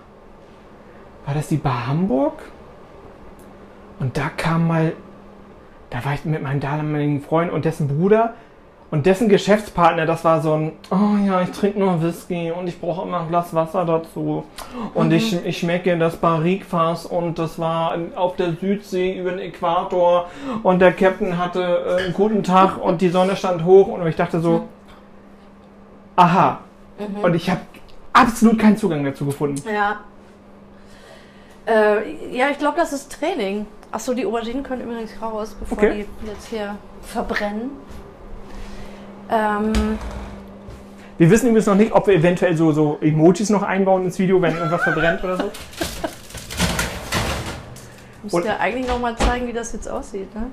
War das die Bar Hamburg? Und da kam mal. Da war ich mit meinem damaligen Freund und dessen Bruder und dessen Geschäftspartner. Das war so ein: Oh ja, ich trinke nur Whisky und ich brauche immer ein Glas Wasser dazu. Und ich, ich schmecke das Barrique-Fass und das war auf der Südsee über den Äquator. Und der Captain hatte äh, einen guten Tag und die Sonne stand hoch. Und ich dachte so: Aha,
mhm.
und ich habe absolut keinen Zugang dazu gefunden.
ja. Äh, ja, ich glaube, das ist Training. Achso, die Auberginen können übrigens raus, bevor
Okay.
die jetzt hier verbrennen. Ähm,
Wir wissen übrigens noch nicht, ob wir eventuell so, so Emojis noch einbauen ins Video, wenn irgendwas verbrennt oder so.
muss
Und-
dir eigentlich nochmal zeigen, wie das jetzt aussieht, ne?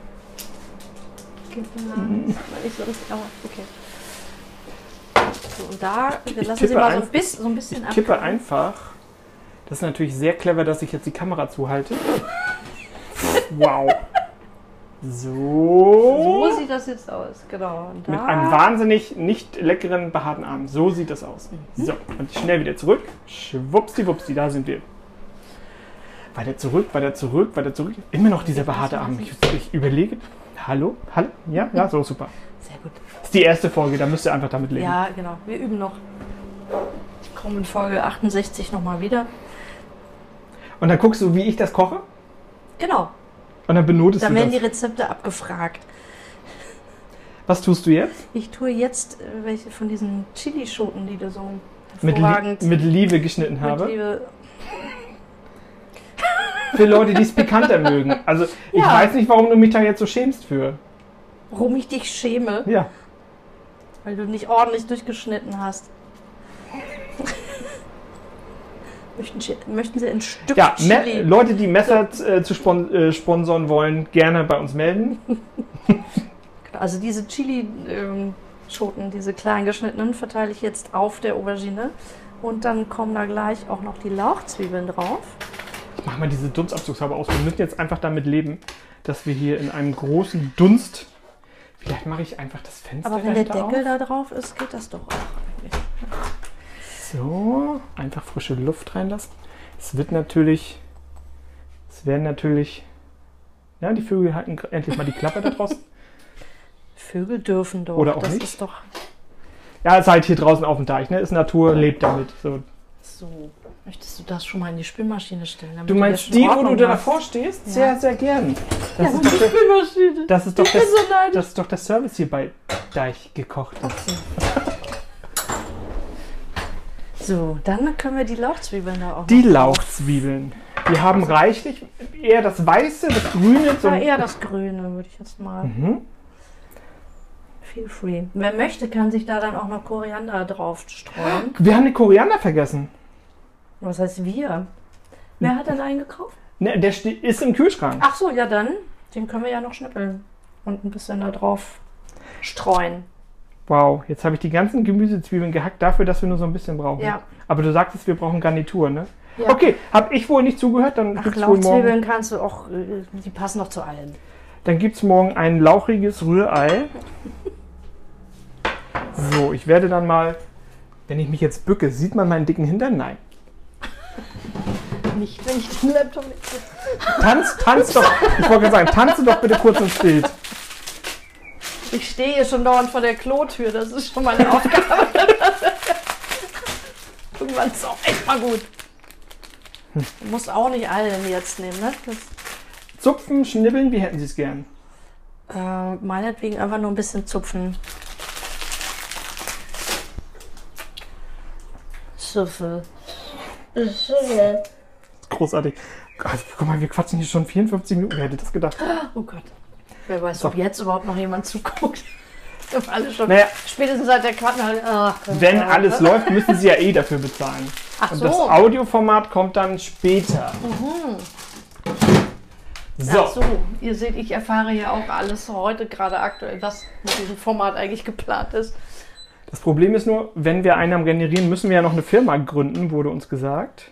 Geht mal.
Mhm.
Sieht man nicht so richtig, aber okay. So, und da, wir
Ich
lassen sie
tippe
mal so ein,
ein-
bisschen, so ein bisschen
Ich kippe
abkühlen.
einfach. Das ist natürlich sehr clever, dass ich jetzt die Kamera zuhalte. Wow.
So
So.
sieht das jetzt aus, genau. Und da,
Mit einem wahnsinnig nicht leckeren, behaarten Arm. So sieht das aus. So, und schnell wieder zurück. Schwuppsdiwuppsdi, da sind wir. Weiter zurück, weiter zurück, weiter zurück. Immer noch dieser behaarte Arm. Ich, ich überlege. Hallo? Hallo? Ja, ja, so super.
Sehr gut.
ist die erste Folge, da müsst ihr einfach damit leben.
Ja, genau. Wir üben noch. Ich komme in Folge 68 nochmal wieder.
Und dann guckst du, wie ich das koche
Genau.
und dann benotest
Dann
du
werden die
das.
Rezepte abgefragt.
Was tust du jetzt?
Ich tue jetzt äh, welche von diesen Chilischoten, die du so
Mit, Lie
hervorragend
mit Liebe geschnitten
mit
habe.
Liebe-
Für Leute, die es pikanter mögen. Also ich
Ja.
weiß nicht, warum du mich da jetzt so schämst für.
Warum ich dich schäme,
Ja.
weil du nicht ordentlich durchgeschnitten hast. möchten, Sie, möchten Sie ein Stück
Ja, Me
Chili?
Leute, die Messer äh, zu spon äh, sponsoren wollen, gerne bei uns melden.
Also diese Chili-Schoten, diese klein geschnittenen, verteile ich jetzt auf der Aubergine. Und dann kommen da gleich auch noch die Lauchzwiebeln drauf.
Ich mach mal diese Dunstabzugshaube aus. Wir müssen jetzt einfach damit leben, dass wir hier in einem großen Dunst. Vielleicht mache ich einfach das Fenster
Aber wenn der
dahinter
Deckel da drauf ist, geht das doch auch eigentlich.
So, einfach frische Luft reinlassen. Es wird natürlich, es werden natürlich, ja, die Vögel halten gr- endlich mal die Klappe da draußen.
Vögel dürfen doch.
Oder auch
das
nicht.
ist doch
Ja, ist halt hier draußen auf dem Deich, ne? Ist Natur, lebt damit. So.
so. Möchtest du das schon mal in die Spülmaschine stellen? damit
Du meinst
jetzt
die,
eine
wo du
Ordnung
da
hast?
davor stehst? Sehr, sehr gern. Das, ist,
Die
doch der,
Spülmaschine.
das, ist, doch
Ich bin
der,
so neidisch.
das ist doch der Service hier bei Deich gekocht.
So, dann können wir die Lauchzwiebeln da auch
Die
noch-
Lauchzwiebeln. Wir haben reichlich eher das Weiße, das Grüne. Mhm. So
Ah, Ja,
ein,
eher das Grüne, würde ich jetzt mal.
mhm.
Feel free. Wer möchte, kann sich da dann auch noch Koriander drauf streuen.
Wir haben den Koriander vergessen.
Was heißt wir? Wer hat denn einen gekauft?
Ne, der ste- ist im Kühlschrank.
Ach so, ja dann. Den können wir ja noch schnippeln und ein bisschen da drauf streuen.
Wow, jetzt habe ich die ganzen Gemüsezwiebeln gehackt dafür, dass wir nur so ein bisschen brauchen.
Ja.
Aber du sagtest, wir brauchen Garnitur, ne?
Ja.
Okay, habe ich wohl nicht zugehört, dann
Ach,
gibt's wohl morgen,
Lauchzwiebeln kannst du auch, äh, die passen doch zu allem.
dann gibt's morgen ein lauchiges Rührei. So, ich werde dann mal, wenn ich mich jetzt bücke, sieht man meinen dicken Hintern? Nein.
Nicht, wenn ich den Laptop mit.
Tanz, tanz doch. Ich wollte gerade sagen, tanze doch bitte kurz ins Bild.
Ich stehe hier schon dauernd vor der Klotür, das ist schon mal eine Aufgabe. Irgendwann ist auch echt mal gut.
Hm.
Du musst auch nicht allen jetzt nehmen, ne? Das,
Zupfen, schnibbeln, wie hätten Sie es gern?
äh, meinetwegen einfach nur ein bisschen zupfen. Süffel.
Großartig. Gott, guck mal, wir quatschen hier schon 54 Minuten. Wer hätte das gedacht?
Oh Gott. Wer weiß,
So.
ob jetzt überhaupt noch jemand zuguckt. Wir haben alle schon.
Naja.
Spätestens seit der Quatten halt. ach,
Wenn
äh,
alles läuft, müssen Sie ja eh dafür bezahlen.
Ach
Und
so.
das Audioformat kommt dann später. So,
Ach so, ihr seht, ich erfahre ja auch alles heute gerade aktuell, was mit diesem Format eigentlich geplant ist.
das Problem ist nur, wenn wir Einnahmen generieren, müssen wir ja noch eine Firma gründen, wurde uns gesagt.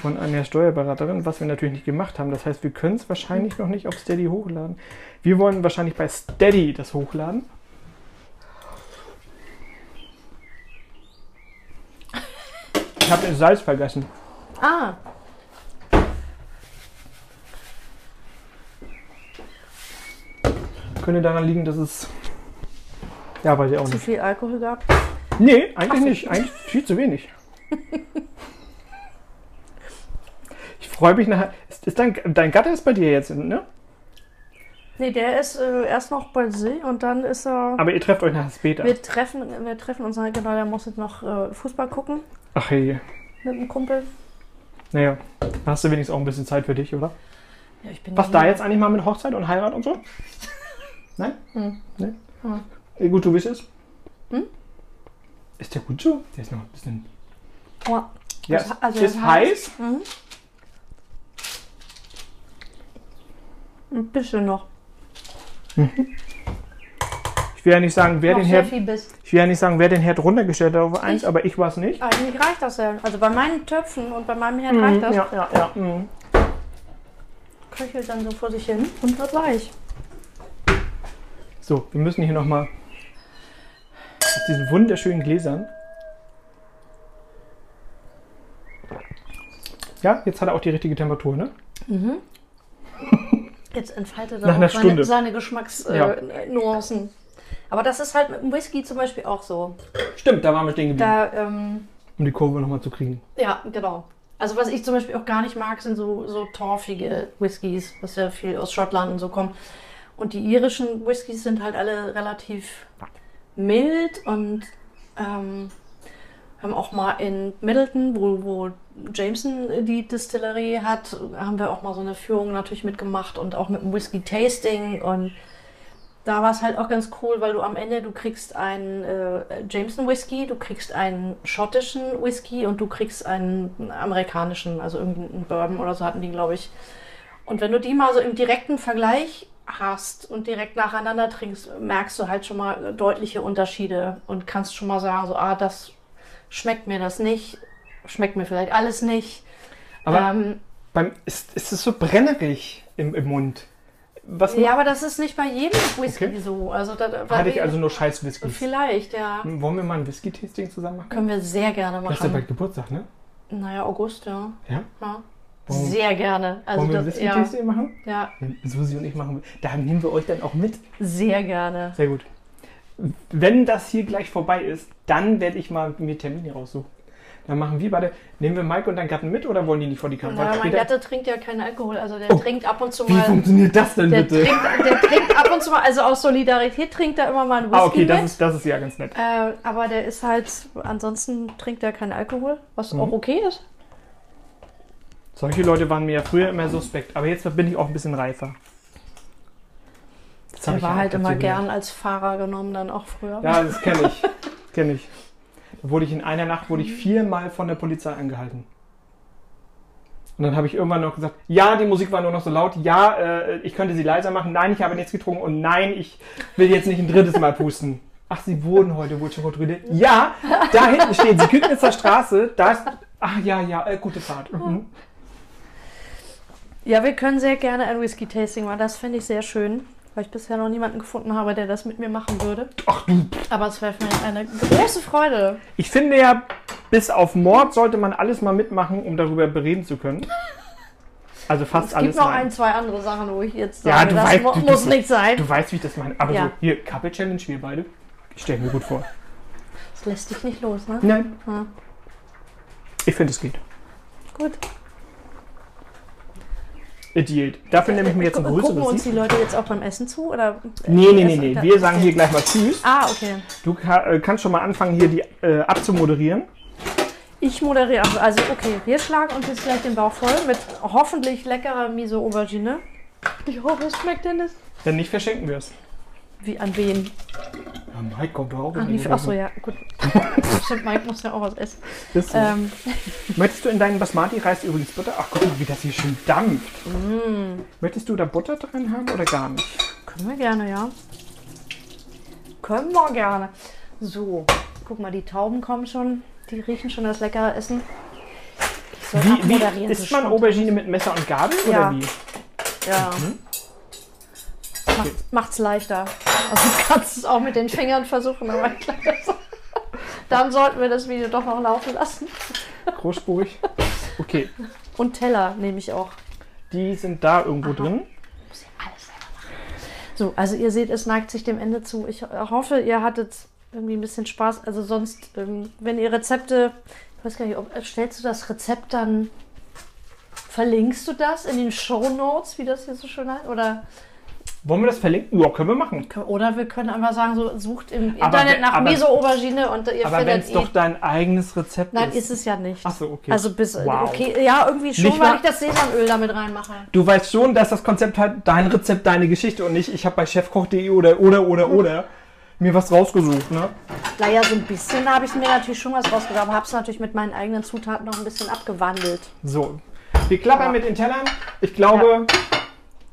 Von einer Steuerberaterin, was wir natürlich nicht gemacht haben. Das heißt, wir können es wahrscheinlich noch nicht auf Steady hochladen. Wir wollen wahrscheinlich bei Steady das hochladen. Ich habe das Salz vergessen.
Ah.
Könnte daran liegen, dass es. Ja, weiß ich auch
Zu
nicht.
viel Alkohol gab?
Nee, eigentlich nicht. Eigentlich viel zu wenig. Ich freue mich nachher. Ist, ist dein, dein Gatte ist bei dir jetzt, ne?
Nee, der ist äh, erst noch bei See und dann ist er.
Aber ihr trefft euch nachher später.
Wir treffen, wir treffen uns halt, genau, der muss jetzt noch äh, Fußball gucken
Ach hey.
mit einem Kumpel.
Naja, da hast du wenigstens auch ein bisschen Zeit für dich, oder?
Ja, ich bin
Passt
hier-
da jetzt eigentlich mal mit Hochzeit und Heirat und so? Nein?
Hm.
Nee?
Hm.
Eh, Gut, du bist es.
Hm?
Ist der gut so? Der ist noch ein bisschen.
Ja,
Ja,
Das- also
ist
das
heiß.
mhm. Ein bisschen noch.
Ich will ja nicht sagen, wer
noch
den
sehr
Herd.
viel bist.
Ich will ja nicht sagen, wer den Herd runtergestellt hat auf eins,
Ich.
aber ich war es nicht.
Eigentlich reicht das ja. Also bei meinen Töpfen und bei meinem Herd reicht das.
Mhm, Ja, ja, ja. Mhm.
Köchelt dann so vor sich hin und wird weich.
So, wir müssen hier nochmal aus diesen wunderschönen Gläsern. Ja, jetzt hat er auch die richtige Temperatur, ne?
Mhm. Jetzt entfaltet
Nach
er
einer
auch seine,
Stunde.
seine Geschmacksnuancen. Äh, Nuancen. Aber das ist halt mit dem Whisky zum Beispiel auch so.
Stimmt, da waren wir stehen geblieben.
Da, ähm,
Um die Kurve nochmal zu kriegen.
ja, genau. Also was ich zum Beispiel auch gar nicht mag, sind so, so torfige Whiskys, was ja viel aus Schottland und so kommt. Und die irischen Whiskys sind halt alle relativ mild und ähm, haben auch mal in Middleton, wo, wo Jameson die Distillerie hat, haben wir auch mal so eine Führung natürlich mitgemacht und auch mit einem Whisky-Tasting und da war es halt auch ganz cool, weil du am Ende, du kriegst einen äh, Jameson Whisky, du kriegst einen schottischen Whisky und du kriegst einen amerikanischen, also irgendeinen Bourbon oder so hatten die, glaube ich. Und wenn du die mal so im direkten Vergleich hast und direkt nacheinander trinkst, merkst du halt schon mal deutliche Unterschiede und kannst schon mal sagen, so, ah, das schmeckt mir das nicht, schmeckt mir vielleicht alles nicht.
Aber
ähm,
beim, ist, ist es so brennerig im, im Mund? Was
ja, aber das ist nicht bei jedem Whisky
Okay.
so. Also, da,
hatte ich also Hm. nur scheiß Whiskys?
Vielleicht, ja.
Wollen wir mal ein Whisky-Tasting zusammen machen?
Können wir sehr gerne
Du hast ja bald
machen.
Geburtstag, ne?
Naja, August, ja.
Ja?
ja.
Wollen-
Sehr gerne. Also
Wollen wir ein
das, ja,
Whisky-Tasting machen?
ja,
Susi und ich machen. Da nehmen wir euch dann auch mit.
sehr gerne.
Sehr gut. Wenn das hier gleich vorbei ist, dann werde ich mal mir Termine raussuchen. Dann machen wir beide. Nehmen wir Mike und deinen Gatten mit oder wollen die nicht vor die Kamera?
Na, mein
Später-
Gatte trinkt ja keinen Alkohol, also der
Oh.
trinkt ab und zu
Wie
mal.
funktioniert das denn
Der
bitte?
trinkt, der trinkt ab und zu mal, also aus Solidarität trinkt er immer mal einen Whisky
Ah, okay, das
mit.
ist, das ist ja ganz nett.
Äh, aber der ist halt, ansonsten trinkt er keinen Alkohol, was
Mhm.
auch okay ist.
Solche Leute waren mir ja früher immer suspekt, aber jetzt bin ich auch ein bisschen reifer. Das hab
Der
ich
war
auch
halt
dazu
immer
gelernt.
gern als Fahrer genommen, dann auch früher.
Ja, das kenne ich. kenne ich. Da wurde ich in einer Nacht wurde ich viermal von der Polizei angehalten. Und dann habe ich irgendwann noch gesagt, ja, die Musik war nur noch so laut, ja, äh, ich könnte sie leiser machen, nein, ich habe nichts getrunken und nein, ich will jetzt nicht ein drittes Mal pusten. Ach, sie wurden heute wohl schon kontrolliert. Ja, da hinten stehen sie, Kügnitzer Straße, da ist, ach ja, ja, äh, gute Fahrt. Mhm.
Ja, wir können sehr gerne ein Whisky-Tasting machen. Das fände ich sehr schön, weil ich bisher noch niemanden gefunden habe, der das mit mir machen würde.
Ach du,
Aber es wäre für mich eine große Freude.
ich finde ja, bis auf Mord sollte man alles mal mitmachen, um darüber bereden zu können. Also fast
Es
alles.
gibt noch
mal.
ein, zwei andere Sachen, wo ich jetzt
Ja,
sage,
du
das
weißt-
mu-
du- du-
muss nicht sein.
Du weißt, wie ich das meine. Aber
Ja.
so, hier, Couple Challenge, wir beide. Ich stelle mir gut vor.
Das lässt dich nicht los, ne?
Nein.
Hm.
Ich finde, es geht.
Gut.
A deal. Äh, Dafür nehme ich mir jetzt ein
Gu- Gucken uns
größeres
die
Sieb.
Leute jetzt auch beim Essen zu? Oder
Nee, nee, nee, nee.
Da-
Wir sagen hier gleich mal Tschüss.
Ah, okay.
Du ka- äh, kannst schon mal anfangen, hier die äh, abzumoderieren.
Ich moderiere. Also, okay, wir schlagen uns jetzt gleich den Bauch voll mit hoffentlich leckerer Miso-Aubergine. Ich hoffe, es schmeckt denn das.
Wenn nicht, verschenken wir es.
Wie an wen?
Ja, Mike kommt doch auch.
An die, ach so, ja, gut. Stimmt, Mike muss ja auch was essen.
Ist so.
Ähm,
Möchtest du in deinen Basmati-Reis übrigens Butter? Ach, guck mal, wie das hier schön dampft.
Mm.
Möchtest du da Butter dran haben oder gar nicht?
können wir gerne, ja. Können wir gerne. So, guck mal, die Tauben kommen schon. Die riechen schon das leckere Essen. Ich soll
Wie, wie
abmoderieren, so
isst man
spontan.
Aubergine mit Messer und Gabel
Ja.
oder wie?
Ja.
Mhm.
Macht, macht's leichter. Also du kannst es auch mit den Fingern versuchen, aber ich glaube, das- dann sollten wir das Video doch noch laufen lassen.
Großspurig. Okay,
Und Teller nehme ich auch.
die sind da irgendwo drin.
Alles selber machen. So, also ihr seht, es neigt sich dem Ende zu. Ich hoffe, ihr hattet irgendwie ein bisschen Spaß. Also sonst, ähm, wenn ihr Rezepte, ich weiß gar nicht, ob, äh, stellst du das Rezept dann, verlinkst du das in den Show Notes, wie das hier so schön heißt? Oder,
Wollen wir das verlinken? Ja, können wir machen.
oder wir können einfach sagen, so sucht im
Aber
Internet
wenn-
nach
aber-
Meso-Aubergine und ihr
Aber wenn
findet
es
eh
doch dein eigenes Rezept
Nein,
ist.
ist es ja nicht.
Ach so, okay.
Also bis
Wow.
okay, ja, irgendwie schon,
Nicht
weil
mal-
ich das Sesamöl damit reinmache.
Du weißt schon, dass das Konzept hat, dein Rezept, deine Geschichte und nicht, ich habe bei chefkoch.de oder oder
Hm.
oder oder mir was rausgesucht, ne?
Naja, so ein bisschen da habe ich mir natürlich schon was rausgedacht, aber habe es natürlich mit meinen eigenen Zutaten noch ein bisschen abgewandelt.
So. Wir klappern
Ja.
mit den Tellern. Ich glaube,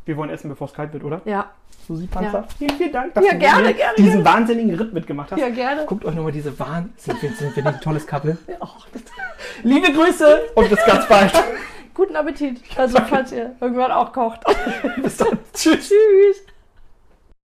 wir wollen essen, bevor es kalt wird, oder?
Ja.
Susi Panzer, vielen, vielen Dank,
Ja, gerne,
mir
gerne,
diesen wahnsinnigen Ritt mitgemacht hast.
Ja, gerne.
Guckt euch nochmal diese Wahnsinn. Sind wir, sind wir nicht ein tolles Couple?
oh,
Liebe Grüße und bis ganz bald.
Guten Appetit. Also falls ihr irgendwann auch kocht.
bis dann. Tschüss. Tschüss.